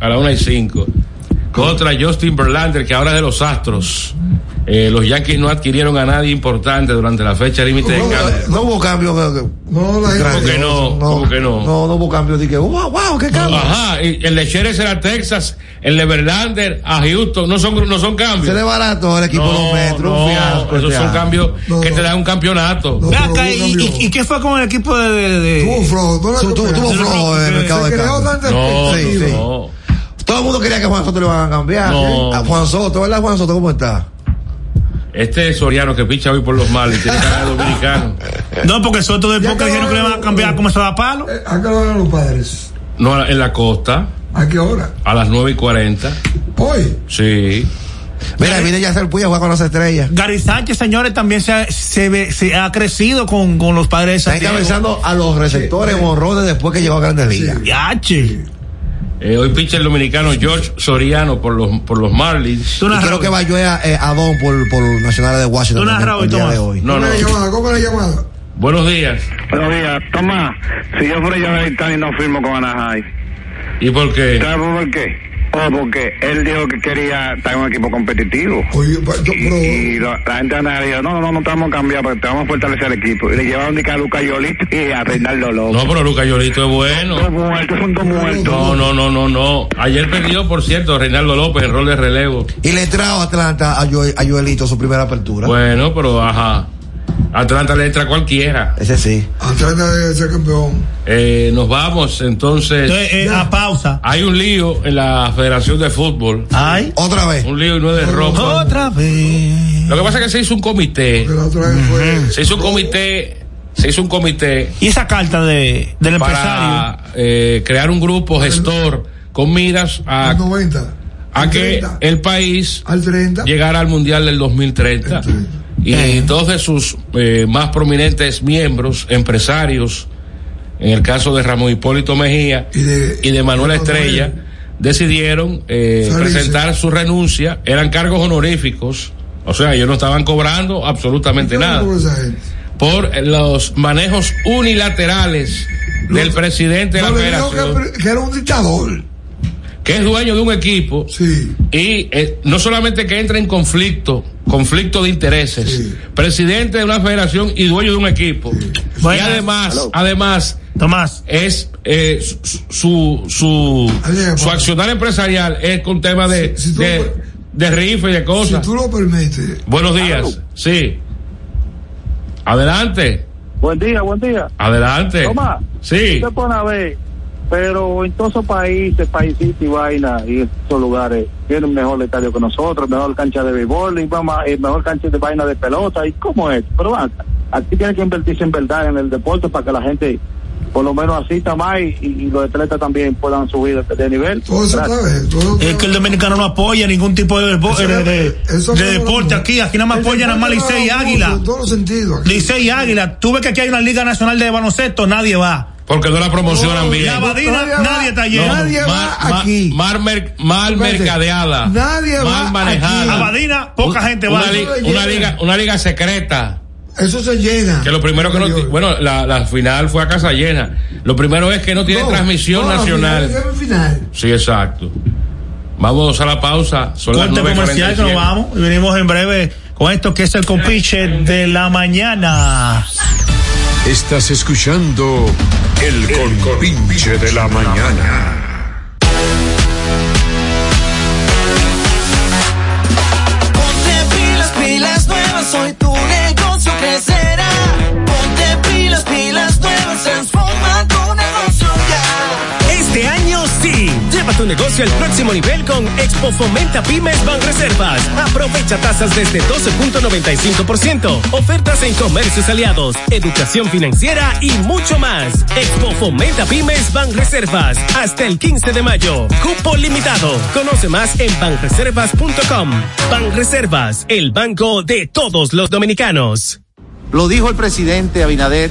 Speaker 2: a la 1 y 5. Contra Justin Verlander, que ahora es de los Astros. Eh, los Yankees no adquirieron a nadie importante durante la fecha límite de cambio.
Speaker 6: No hubo cambio.
Speaker 3: No, la
Speaker 2: ¿Cómo que no? ¿Cómo que no?
Speaker 6: No, no hubo cambio. Dije, wow, wow, qué cambio.
Speaker 2: Ajá, y el de Sheriff era Texas, el de Verlander a Houston, no son, no son cambios.
Speaker 6: Se le barató el equipo
Speaker 2: no,
Speaker 6: de los Metros, un
Speaker 2: no,
Speaker 6: fiasco
Speaker 2: Esos
Speaker 6: este
Speaker 2: son
Speaker 6: año.
Speaker 2: cambios que te dan un campeonato.
Speaker 1: Ve acá, y, y- y qué fue con el equipo de. de, de-
Speaker 6: Tuvo
Speaker 3: flojo,
Speaker 6: tú no Su- tuvo- tuvo flojo el mercado de cambio.
Speaker 1: No,
Speaker 6: Sí, sí. Todo el mundo quería que a Juan Soto le van a cambiar.
Speaker 2: No.
Speaker 6: A Juan Soto, ¿verdad, Juan Soto? ¿Cómo está?
Speaker 2: Este es Soriano que picha hoy por los males, tiene cara de dominicano.
Speaker 1: No, porque Soto de poca dijeron que le van a cambiar como se va a palo.
Speaker 3: ¿A qué hora van los padres?
Speaker 2: No, en la costa,
Speaker 3: ¿A qué hora?
Speaker 2: a las 9 y 40.
Speaker 3: ¿Hoy?
Speaker 2: Sí.
Speaker 6: Mira, viene ya el Puya a jugar con las estrellas.
Speaker 1: Gary Sánchez, señores, también se ha, se ve- se ha crecido con, con los padres de
Speaker 6: Está
Speaker 1: Santiago.
Speaker 6: encabezando a los receptores en honrones después que llegó a Grandes Ligas.
Speaker 1: Yache.
Speaker 2: Eh, hoy picha el dominicano George Soriano por los, por los Marlins.
Speaker 6: Y creo que vayó a, eh, a Don por, por Nacionales de Washington. el- el día de hoy.
Speaker 2: No, no. Buenos días.
Speaker 13: Buenos días, Tomás. Si yo fuera yo y no firmo con Anaheim.
Speaker 2: ¿Y por qué?
Speaker 13: ¿Sabes por qué? Oh, porque él dijo que quería estar en un equipo competitivo. y y lo- la gente de Anaheim dijo, no, no, no te vamos a cambiar, pero te vamos a fortalecer el equipo. Y le llevaron de que a Lucas Yolito y a Reinaldo López.
Speaker 2: No, pero Lucas Yolito es bueno.
Speaker 13: Dos muertos, son dos muertos.
Speaker 2: No, no, no, no, no. Ayer perdió, por cierto, Reinaldo López en rol de relevo.
Speaker 6: Y le trajo a Atlanta a, Joel- a Joelito su primera apertura.
Speaker 2: Bueno, pero ajá. Atlanta le entra cualquiera.
Speaker 6: Ese sí.
Speaker 3: Atlanta debe ser campeón.
Speaker 2: Eh, nos vamos, entonces.
Speaker 1: Entonces, eh, a pausa.
Speaker 2: Hay un lío en la Federación de Fútbol.
Speaker 1: Ay.
Speaker 6: Otra vez.
Speaker 2: Un lío y no es de ropa.
Speaker 1: Otra vez.
Speaker 2: Lo que pasa es que se hizo un comité. Se hizo un comité. Se hizo un comité.
Speaker 1: Y esa carta de, del
Speaker 2: para eh, crear un grupo gestor con miras a, a que el país llegara al Mundial del 2030. Y dos de sus eh, más prominentes miembros, empresarios, en el caso de Ramón Hipólito Mejía y de, Manuel Estrella, decidieron eh,
Speaker 3: Salirse.
Speaker 2: presentar su renuncia. Eran cargos honoríficos, o sea, ellos no estaban cobrando absolutamente nada por los manejos unilaterales del presidente de la
Speaker 3: No, le dijo
Speaker 2: federación,
Speaker 3: que, que era un dictador.
Speaker 2: que es dueño de un equipo, y eh, no solamente que entra en conflicto, conflicto de intereses, presidente de una federación y dueño de un equipo, y
Speaker 1: Buenas.
Speaker 2: además,
Speaker 1: Hello.
Speaker 2: además,
Speaker 1: Tomás.
Speaker 2: es eh, su, su, su, su accionar empresarial es con tema de, de, de rifa y de cosas.
Speaker 3: Tú lo permites.
Speaker 2: Buenos días,
Speaker 12: Hello.
Speaker 2: sí. Adelante.
Speaker 12: Buen día, buen día.
Speaker 2: Adelante.
Speaker 12: Tomás,
Speaker 2: Sí.
Speaker 12: usted pone a ver, pero en todos esos países, paisitos y vaina, y esos lugares, tienen mejor estadio que nosotros, mejor cancha de béisbol, y vamos, a- eh, mejor cancha de vaina de pelota, y cómo es. Pero acá, aquí tiene que invertirse en verdad en el deporte para que la gente, por lo menos asista más, y, y- y los atletas también puedan subir de, de nivel. Gracias.
Speaker 1: Es que el dominicano no apoya ningún tipo de, depo- de- de- de deporte aquí. Aquí nada más apoyan nada más Licey y Águila.
Speaker 3: En todos los sentidos.
Speaker 1: Licey y Águila. Tú ves que aquí hay una Liga Nacional de Baloncesto, nadie va.
Speaker 2: Porque no la promocionan bien.
Speaker 1: La Badina,
Speaker 2: Nadie
Speaker 1: nadie,
Speaker 2: va.
Speaker 1: está yendo.
Speaker 2: No, Nadie va mal- ma- aquí. mal mer- mal Espérate. mercadeada. Nadie Mal va manejada. aquí.
Speaker 1: Abadina, poca
Speaker 2: Un-
Speaker 1: gente va.
Speaker 2: una, li- una liga, una liga secreta.
Speaker 3: Eso se llena.
Speaker 2: Que lo primero que no. ti- Bueno, la, la final fue a casa llena. Lo primero es que no tiene
Speaker 3: No,
Speaker 2: transmisión
Speaker 3: no, la
Speaker 2: nacional.
Speaker 3: final, la final.
Speaker 2: Sí, exacto. Vamos a la pausa. Son las
Speaker 1: Corte
Speaker 2: 9:47.
Speaker 1: comercial que nos vamos y venimos en breve con esto que es el compiche de la mañana.
Speaker 11: Estás escuchando el compinche de la mañana.
Speaker 7: Ponte pilas, pilas nuevas, hoy tu negocio crecerá. Ponte pilas, pilas nuevas, transforma tu negocio ya.
Speaker 8: Este año sí. Lleva tu negocio al próximo nivel con Expo Fomenta Pymes Banreservas. Aprovecha tasas desde 12.95%, ofertas en comercios aliados, educación financiera y mucho más. Expo Fomenta Pymes Banreservas hasta el 15 de mayo. Cupo limitado. Conoce más en banreservas.com. Banreservas, el banco de todos los dominicanos.
Speaker 9: Lo dijo el presidente Abinader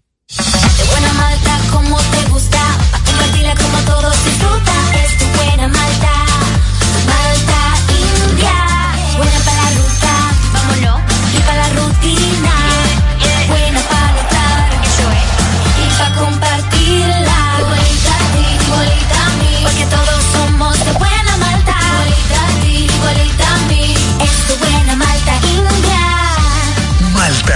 Speaker 10: De buena malta como te gusta, pa' compartirla como todos disfruta. Es tu buena malta, malta india. Buena para la ruta, vámonos, y para la rutina. Buena para notar, eso es. Y para compartirla. Igualita a ti, igualita a mí. Porque todos somos de buena malta. Igualita a ti, igualita a mí. Es tu buena malta india.
Speaker 4: Malta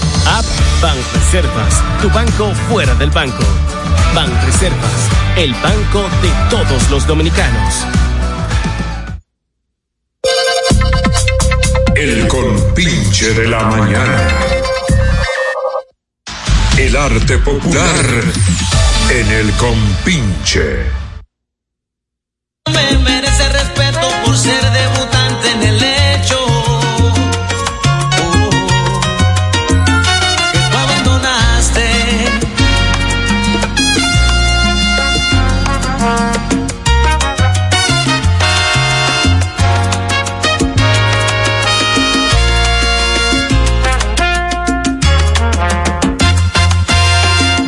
Speaker 8: App Banreservas, tu banco fuera del banco. Banreservas, el banco de todos los dominicanos.
Speaker 11: El compinche de la mañana. El arte popular en el compinche.
Speaker 14: Me merece respeto por ser debutante en el hecho. Oh, que tú abandonaste.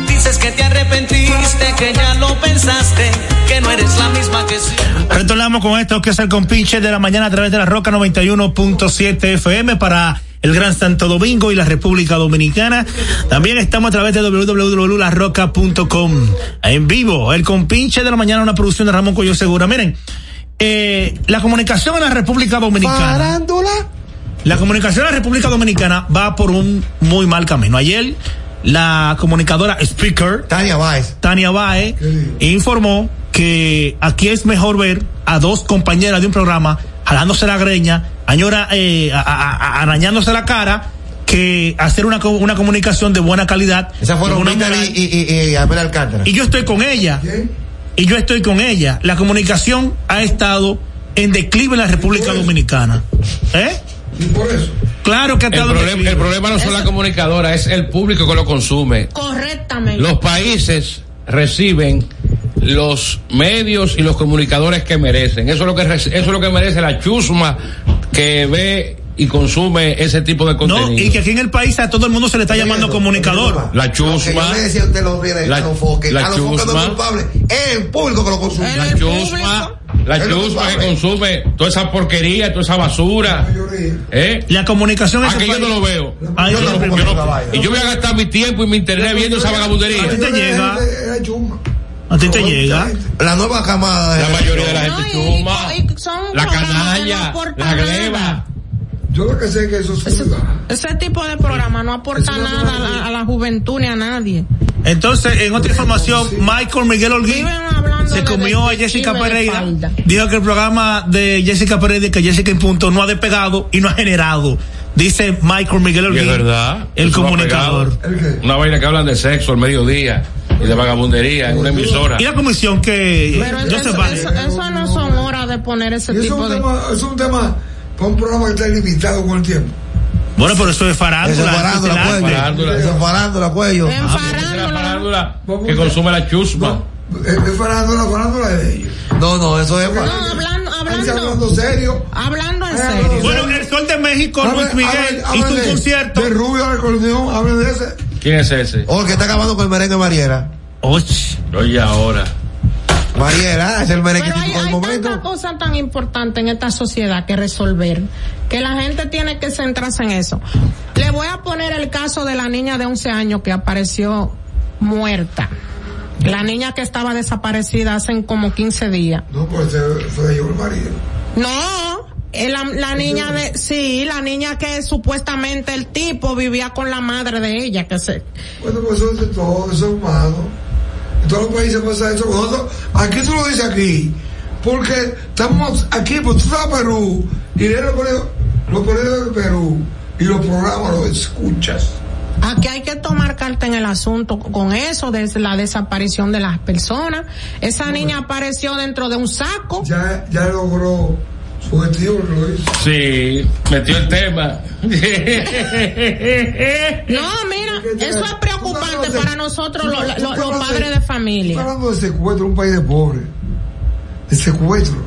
Speaker 14: Dices que te arrepentiste, que ya lo pensaste, que no eres la misma que siempre.
Speaker 1: Retornamos con esto que es el compinche de la mañana a través de la Roca 91.7 FM para el Gran Santo Domingo y la República Dominicana. También estamos a través de www.larroca.com. En vivo, el compinche de la mañana, una producción de Ramón Coyo Segura. Miren, eh, la comunicación en la República Dominicana. La comunicación en la República Dominicana va por un muy mal camino. Ayer, la comunicadora speaker Tania Baez, Tania Baez informó que aquí es mejor ver a dos compañeras de un programa jalándose la greña, añora, eh, a- a- a- arañándose la cara, que hacer una, co- una comunicación de buena calidad.
Speaker 6: Esa fueron
Speaker 1: una
Speaker 6: Mita
Speaker 1: moral.
Speaker 6: y, y, y, y Abel Alcántara.
Speaker 1: Y yo estoy con ella. Y yo estoy con ella. La comunicación ha estado en declive en la República Dominicana. ¿Eh?
Speaker 3: Y por eso.
Speaker 1: Claro que ha
Speaker 2: El
Speaker 1: estado en
Speaker 2: problema,
Speaker 1: declive.
Speaker 2: el problema no son las comunicadoras, es el público que lo consume.
Speaker 5: Correctamente.
Speaker 2: Los países reciben los medios y los comunicadores que merecen. Eso es lo que reci- eso es lo que merece la chusma que ve y consume ese tipo de contenido.
Speaker 1: y que aquí en el país a todo el mundo se le está llamando comunicador.
Speaker 2: La chusma.
Speaker 6: Yo le decía a usted los bienes
Speaker 2: La-
Speaker 6: a los foques.
Speaker 2: la
Speaker 6: A los foques no
Speaker 2: chusma.
Speaker 6: es culpable.
Speaker 3: Eh,
Speaker 6: Es el público que lo consume.
Speaker 2: La chusma, la
Speaker 6: Es lo
Speaker 2: chusma que
Speaker 6: culpable.
Speaker 2: consume toda esa porquería, toda esa basura. ¿Eh?
Speaker 1: La comunicación en
Speaker 2: Aquí
Speaker 1: ese
Speaker 2: yo no
Speaker 1: país-
Speaker 2: lo veo.
Speaker 1: Ah, yo
Speaker 2: Yo no-
Speaker 1: tampoco
Speaker 2: yo no-
Speaker 1: la vaina.
Speaker 2: y yo voy a gastar mi tiempo y mi internet viendo esa vagabundería.
Speaker 1: A ti te llega.
Speaker 3: Era chumba.
Speaker 1: A ti te llega.
Speaker 6: La nueva camada.
Speaker 2: La mayoría de la gente chuma.
Speaker 5: Y son
Speaker 2: La
Speaker 5: programas que
Speaker 2: canalla,
Speaker 5: no aportan
Speaker 2: la
Speaker 5: nada.
Speaker 2: gleba.
Speaker 3: Yo lo que sé es que eso es
Speaker 5: Ese tipo de programa no aporta nada a la, a la juventud ni a nadie.
Speaker 1: Entonces, en otra información, Michael Miguel Holguín se comió a
Speaker 5: de
Speaker 1: Jessica
Speaker 5: detective de
Speaker 1: Pereira.
Speaker 5: espalda.
Speaker 1: Dijo que el programa de Jessica Pereira, que Jessica en punto, no ha despegado y no ha generado. Dice Michael Miguel
Speaker 2: Y es
Speaker 1: Holguín,
Speaker 2: verdad.
Speaker 1: el
Speaker 2: Eso va
Speaker 1: comunicador.
Speaker 2: pegado. Una vaina que hablan de sexo al mediodía y de vagabundería en una emisora.
Speaker 1: Y la comisión que
Speaker 5: Pero eso, eso- eso no son horas de poner ese
Speaker 3: Y eso
Speaker 5: tipo
Speaker 3: es un
Speaker 5: de...
Speaker 3: tema, es un tema para un programa que está limitado con el tiempo.
Speaker 1: Bueno, pero eso es farándula.
Speaker 6: Eso es farándula,
Speaker 1: arte.
Speaker 3: pues.
Speaker 6: cuello. Eso es farándula, cuello.
Speaker 2: farándula que consume la chusma.
Speaker 6: eh,
Speaker 3: Es farándula, farándula de ellos.
Speaker 6: No, no, eso es
Speaker 5: No, hablando, hablando.
Speaker 3: hablando serio.
Speaker 5: Hablando en
Speaker 3: Ah,
Speaker 5: serio.
Speaker 1: Bueno, el Sol de México,
Speaker 3: Hablen-
Speaker 1: Luis Miguel,
Speaker 3: hablen-
Speaker 1: hizo un
Speaker 3: hablen de-
Speaker 1: concierto.
Speaker 3: De Rubio al acordeón, hablen de ese.
Speaker 2: ¿Quién es ese?
Speaker 6: O Oh, el que está acabando con el merengue Mariera.
Speaker 2: Oye, ahora.
Speaker 6: Mariera, es el merengue
Speaker 5: Pero hay,
Speaker 6: típico del
Speaker 5: hay
Speaker 6: momento.
Speaker 5: tanta cosa tan importante en esta sociedad que resolver que la gente tiene que centrarse en eso. Le voy a poner el caso de la niña de 11 años que apareció muerta. La niña que estaba desaparecida hace como 15 días.
Speaker 3: No, pues ese fue de Joel María.
Speaker 5: No, eh, la, la niña de, sí, la niña que supuestamente el tipo vivía con la madre de ella, que se,
Speaker 3: Bueno, pues eso es de todo, eso es humano. En todos los países pasa eso. Nosotros, aquí tú lo dices aquí. Porque estamos aquí, pues tú estás a Perú. Y lees los periódicos los periódicos de Perú. Y los programas los escuchas.
Speaker 5: Aquí hay que tomar carta en el asunto con eso, de la desaparición de las personas. Esa niña apareció dentro de un saco.
Speaker 3: Ya, ya logró su objetivo, lo hizo.
Speaker 2: Sí, metió el tema.
Speaker 5: No, mira, eso es preocupante para nosotros, los, los- los padres de
Speaker 3: Está
Speaker 5: familia.
Speaker 3: hablando de secuestro, un país de pobre. De secuestro.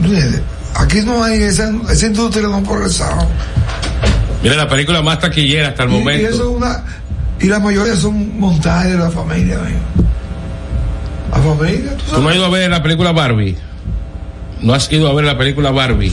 Speaker 3: Mire, Aquí no hay esa, esa industria no ha progresado.
Speaker 2: Mira, la película más taquillera hasta el
Speaker 3: Y, y
Speaker 2: momento.
Speaker 3: eso es una, y la mayoría son montajes de la familia. amigo. A familia.
Speaker 2: ¿Tú no has ido a ver la película Barbie? ¿No has ido a ver la película Barbie?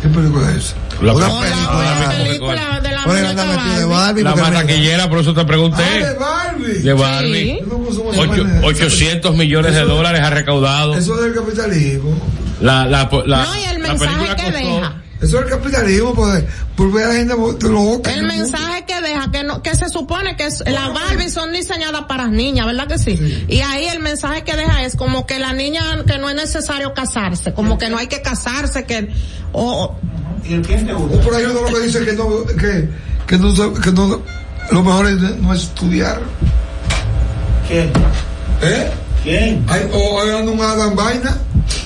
Speaker 3: ¿Qué película es?
Speaker 2: La
Speaker 3: Una
Speaker 5: película de la
Speaker 3: Bueno, anda
Speaker 5: muñeca
Speaker 3: metido de
Speaker 5: Barbie.
Speaker 3: Barbie,
Speaker 2: La
Speaker 3: porque me-
Speaker 2: barranquillera, por eso te pregunté.
Speaker 3: Ah, de Barbie.
Speaker 2: De Barbie.
Speaker 3: Yo no consumo esa
Speaker 2: Ocho-
Speaker 3: vaina.
Speaker 2: 800 millones de dólares ha recaudado.
Speaker 3: Eso es del capitalismo.
Speaker 2: La, la, la- la película
Speaker 5: que deja.
Speaker 3: Eso es el capitalismo, pues, por ver a la gente de loca.
Speaker 5: El mensaje que deja, que no, que se supone que es- las Barbie son diseñadas para niñas, ¿verdad que sí? Y ahí el mensaje que deja es como que la niña, que no es necesario casarse, como que no hay que casarse, que, o,
Speaker 3: O por ahí uno lo que dice que no, que, que no, se- que no, lo mejor es no estudiar. ¿Quién? ¿Eh? ¿Quién? Hay, o hay un Adam Vaina.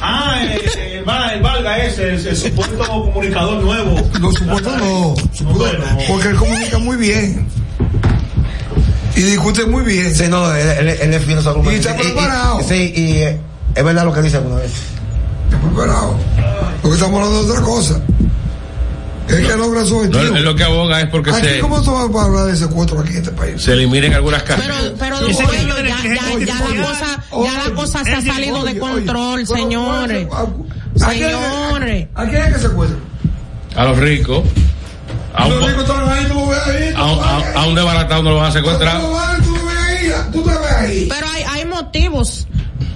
Speaker 1: Ah, el, el, Val- el Valga ese, el, el supuesto comunicador nuevo.
Speaker 3: No, supuesto no. supuesto no, Porque él comunica muy bien. Y discute muy bien.
Speaker 6: Sí, no, él, él, él es
Speaker 3: Y está preparado.
Speaker 6: sí, y eh, es verdad lo que dice alguna vez.
Speaker 3: Está preparado. Porque estamos hablando de otra cosa. Es que logra su
Speaker 2: No,
Speaker 3: objetivo.
Speaker 2: él lo que aboga es porque
Speaker 3: Aquí,
Speaker 2: se,
Speaker 3: ¿cómo tú vas a hablar de ese cuatro aquí en este país?
Speaker 2: se eliminen algunas casas.
Speaker 5: pero don Aurelio, ya, ya, ya la cosa, ya la cosa se ha salido de control, señores. Señores.
Speaker 3: ¿A quién es que se encuentra?
Speaker 2: A los ricos. A un,
Speaker 3: Los ricos están ahí, tú lo ves ahí.
Speaker 2: a un- a- a un desbaratado no lo van a secuestrar.
Speaker 3: tú lo ves ahí, tú te ves ahí.
Speaker 5: Pero hay, hay motivos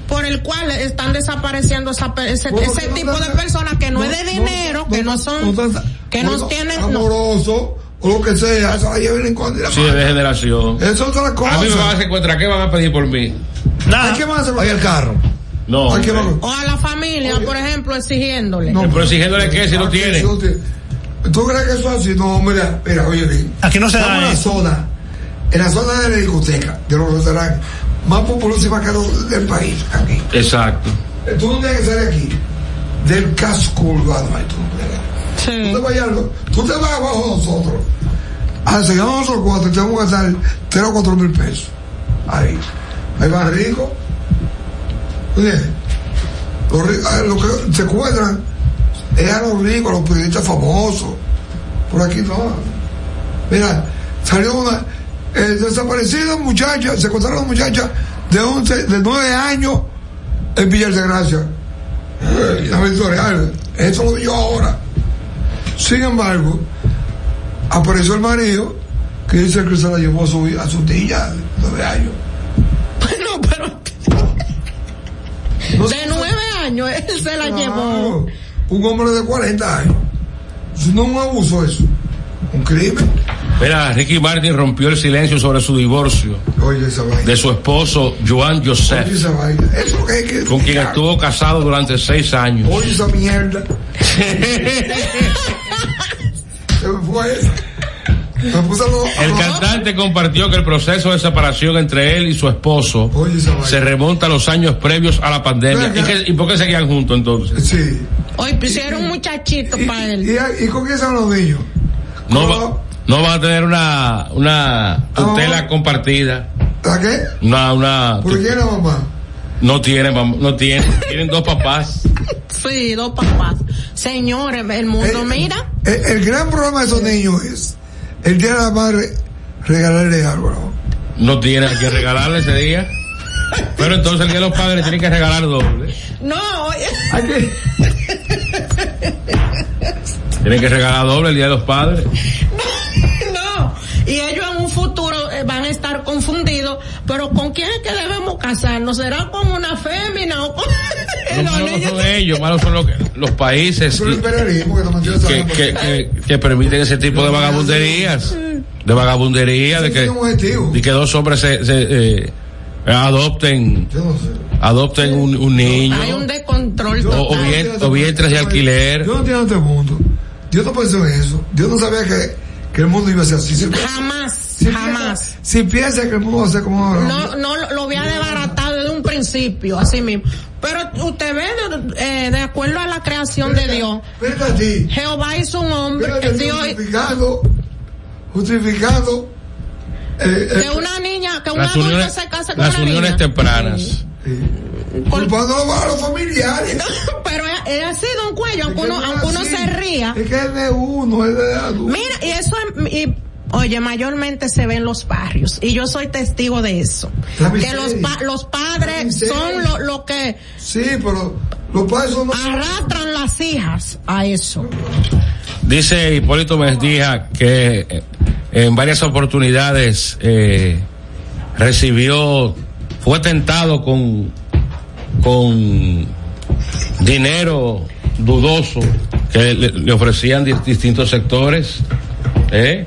Speaker 5: por el cual están desapareciendo esa pe- ese,
Speaker 3: Bueno,
Speaker 5: ese
Speaker 3: que no
Speaker 5: tipo de
Speaker 3: están-
Speaker 5: personas que no, es de dinero, que no son, que no tienen, no.
Speaker 3: amoroso o lo que sea, eso la lleven en contra.
Speaker 2: Sí, de generación.
Speaker 3: Es otra cosa.
Speaker 2: A mí me van a secuestrar. ¿Qué van a pedir por mí?
Speaker 3: ¿A qué van a hacer? Oye, el carro.
Speaker 2: No.
Speaker 3: ¿A qué
Speaker 2: hombre.
Speaker 3: van
Speaker 5: O a la familia, por ejemplo, exigiéndole.
Speaker 2: No, pero exigiéndole qué si no tiene.
Speaker 3: ¿Tú crees que eso es así? No, mira, mira, oye, Lin.
Speaker 1: Aquí no se
Speaker 3: Estamos
Speaker 1: da
Speaker 3: en la
Speaker 1: eso.
Speaker 3: zona, en la zona de la discoteca, de los restaurantes, más populosos y más caros del país. Aquí.
Speaker 2: Exacto.
Speaker 3: Tú no tienes que salir aquí del casco urbano. ahí tú, no tienes. Tú te vas allá, tú te vas abajo de nosotros. Ah, si ganamos nosotros cuatro, te vamos a gastar 3 o 4 mil pesos. Ahí. Ahí van ricos. Oye, los ri- ah, los que se encuentran es a los ricos, a los periodistas famosos. Por aquí no. Mira, salió una eh, desaparecida muchacha, se encontraron una muchacha de 11, de 9 años en Villa de Gracia. Eh, La victorial. Esto lo vi yo ahora. Sin embargo, apareció el marido que dice que se la llevó a su, a su tía de nueve años.
Speaker 5: No, pero.
Speaker 3: No
Speaker 5: de nueve años, él se la llevó.
Speaker 3: Claro, Un hombre de 40 años. Eso No es un abuso eso. Un crimen.
Speaker 2: Mira, Ricky Martin rompió el silencio sobre su divorcio
Speaker 3: Oye, esa vaina.
Speaker 2: de su esposo Joan Joseph.
Speaker 3: Oye, esa vaina. Eso es lo que hay que.
Speaker 2: con quien estuvo casado durante seis años.
Speaker 3: Oye, esa mierda. Se me fue esa. Me puse a lo- a
Speaker 2: El
Speaker 3: lo-
Speaker 2: cantante compartió que el proceso de separación entre él y su esposo se remonta a los años previos a la pandemia. ¿Y,
Speaker 3: Venga.
Speaker 2: qué- y por qué seguían juntos entonces?
Speaker 3: Sí.
Speaker 5: Hoy pusieron un muchachito para él.
Speaker 3: ¿Y, y con quién son los niños?
Speaker 2: No, va- no van a tener una, una tutela compartida.
Speaker 3: ¿A qué?
Speaker 2: Una, una,
Speaker 3: ¿Por quién la mamá?
Speaker 2: no tienen, mam- no tienen, tienen dos papás.
Speaker 5: Sí, dos papás. Señores, el mundo, mira.
Speaker 3: El, Eh, el gran problema de esos niños es el día de la madre regalarle algo. ¿no?
Speaker 2: No tienen a quien regalarle ese día. Pero entonces el día de los padres tienen que regalar doble.
Speaker 5: No, oye.
Speaker 2: Tienen que regalar doble el día de los padres.
Speaker 5: No, y ellos en un futuro eh, van a estar confundidos, pero ¿con quién es que debemos casarnos? ¿Será con una fémina o con
Speaker 2: No,
Speaker 5: los
Speaker 2: malos
Speaker 5: niños?
Speaker 2: son ellos, malos son los, los países y- que, que, que, que permiten ese tipo de vagabunderías, de vagabundería, de que, de que dos hombres se, se, eh, adopten, adopten un, un niño,
Speaker 5: Hay un descontrol
Speaker 2: o, o,
Speaker 5: total.
Speaker 2: bien- o vientres de alquiler.
Speaker 3: Yo no entiendo este mundo. Dios no pensó en eso. Dios no sabía que, que el mundo iba a ser así. Si-
Speaker 5: Jamás,
Speaker 3: si piensa-
Speaker 5: jamás.
Speaker 3: Si piensa que el mundo va a ser como ahora.
Speaker 5: No, no lo- lo había desbaratado desde un principio, así mismo. Pero usted ve, eh, de acuerdo a la creación de Dios, Jehová hizo un hombre,
Speaker 3: Espérate,
Speaker 5: Dios-
Speaker 3: justificado, justificado. eh, eh,
Speaker 5: que una niña, que un
Speaker 2: Las
Speaker 5: adulto
Speaker 2: uniones,
Speaker 5: se case con
Speaker 2: las
Speaker 5: una
Speaker 2: uniones
Speaker 5: niña.
Speaker 2: tempranas.
Speaker 3: Culpando a los familiares.
Speaker 5: Pero es- es así, don Cuello, aunque uno, aunque uno se ría.
Speaker 3: Es que es de uno, es de algo.
Speaker 5: Mira, y eso es, y oye, mayormente se ve en los barrios. Y yo soy testigo de eso.
Speaker 3: La
Speaker 5: Que
Speaker 3: miseria.
Speaker 5: los, pa- los padres
Speaker 3: miseria.
Speaker 5: son lo, lo que...
Speaker 3: Sí, pero los padres son...
Speaker 5: Arrastran las hijas a eso.
Speaker 2: Dice Hipólito Mendija que eh, en varias oportunidades eh, recibió, fue tentado con, con dinero dudoso que le, le ofrecían di- distintos sectores. ¿eh?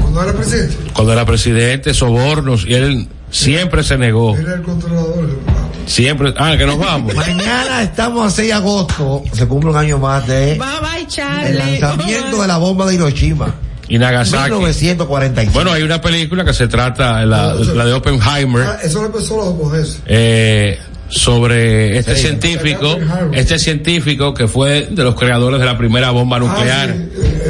Speaker 3: Cuando era presidente,
Speaker 2: Cuando era presidente, sobornos, y él siempre se negó.
Speaker 3: era el controlador.
Speaker 2: Siempre, ah, que nos vamos.
Speaker 6: Mañana estamos a 6 de agosto. Se cumple un año más
Speaker 3: Eh,
Speaker 6: de
Speaker 5: Bye bye, Charlie.
Speaker 6: el lanzamiento de la bomba de Hiroshima.
Speaker 2: Y Nagasaki.
Speaker 6: 1945.
Speaker 2: Bueno, hay una película que se trata, la, la de Oppenheimer.
Speaker 3: Ah, eso lo empezó los japoneses.
Speaker 2: eh, sobre este
Speaker 3: Sí.
Speaker 2: científico, este científico que fue de los creadores de la primera
Speaker 3: Ah,
Speaker 2: bomba nuclear.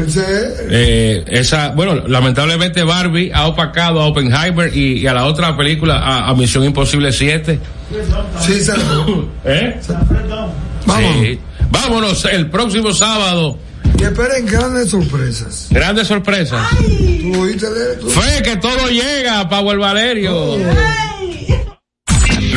Speaker 3: Ese-
Speaker 2: Eh, esa, bueno, lamentablemente Barbie ha opacado a Oppenheimer y, y a la otra película, a, a Misión Imposible 7.
Speaker 3: Sí, se
Speaker 2: ¿Eh? Sí. Vámonos el próximo sábado.
Speaker 3: Y esperen grandes sorpresas.
Speaker 2: Grandes sorpresas.
Speaker 3: Tú oíste de tú-
Speaker 2: Fe que todo llega, Powell Valerio.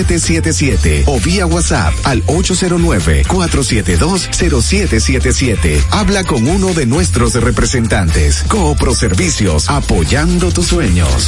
Speaker 15: o vía WhatsApp al 809-472-0777. Habla con uno de nuestros representantes. Coopro Servicios, apoyando tus sueños.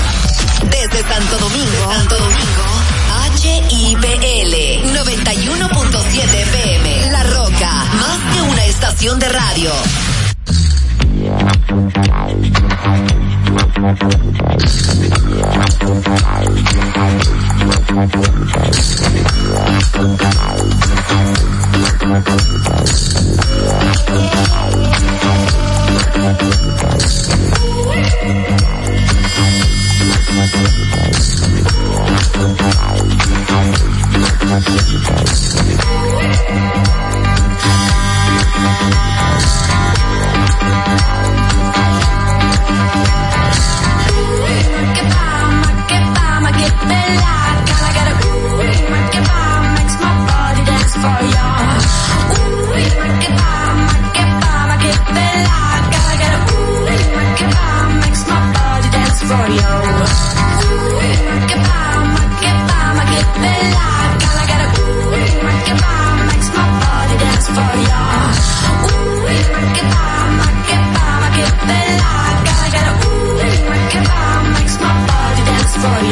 Speaker 16: Desde Santo Domingo, Santo Domingo, HIPL 91.7 FM. La Roca, más que una estación de radio.
Speaker 14: ah, ah, ah, ah,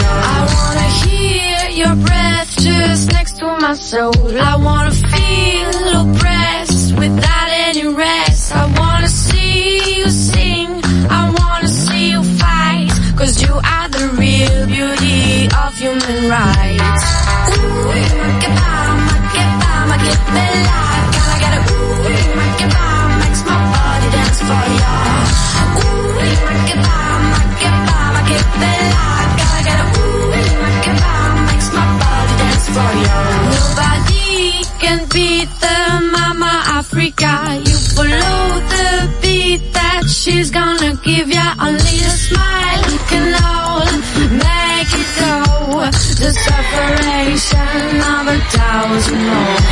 Speaker 14: I wanna hear your breath just next to my soul. I wanna feel oppressed without any rest. I wanna see you sing. I wanna see you fight. Cause you are the real beauty she's gonna give ya only a smile you can all make it go. The separation of a thousand more.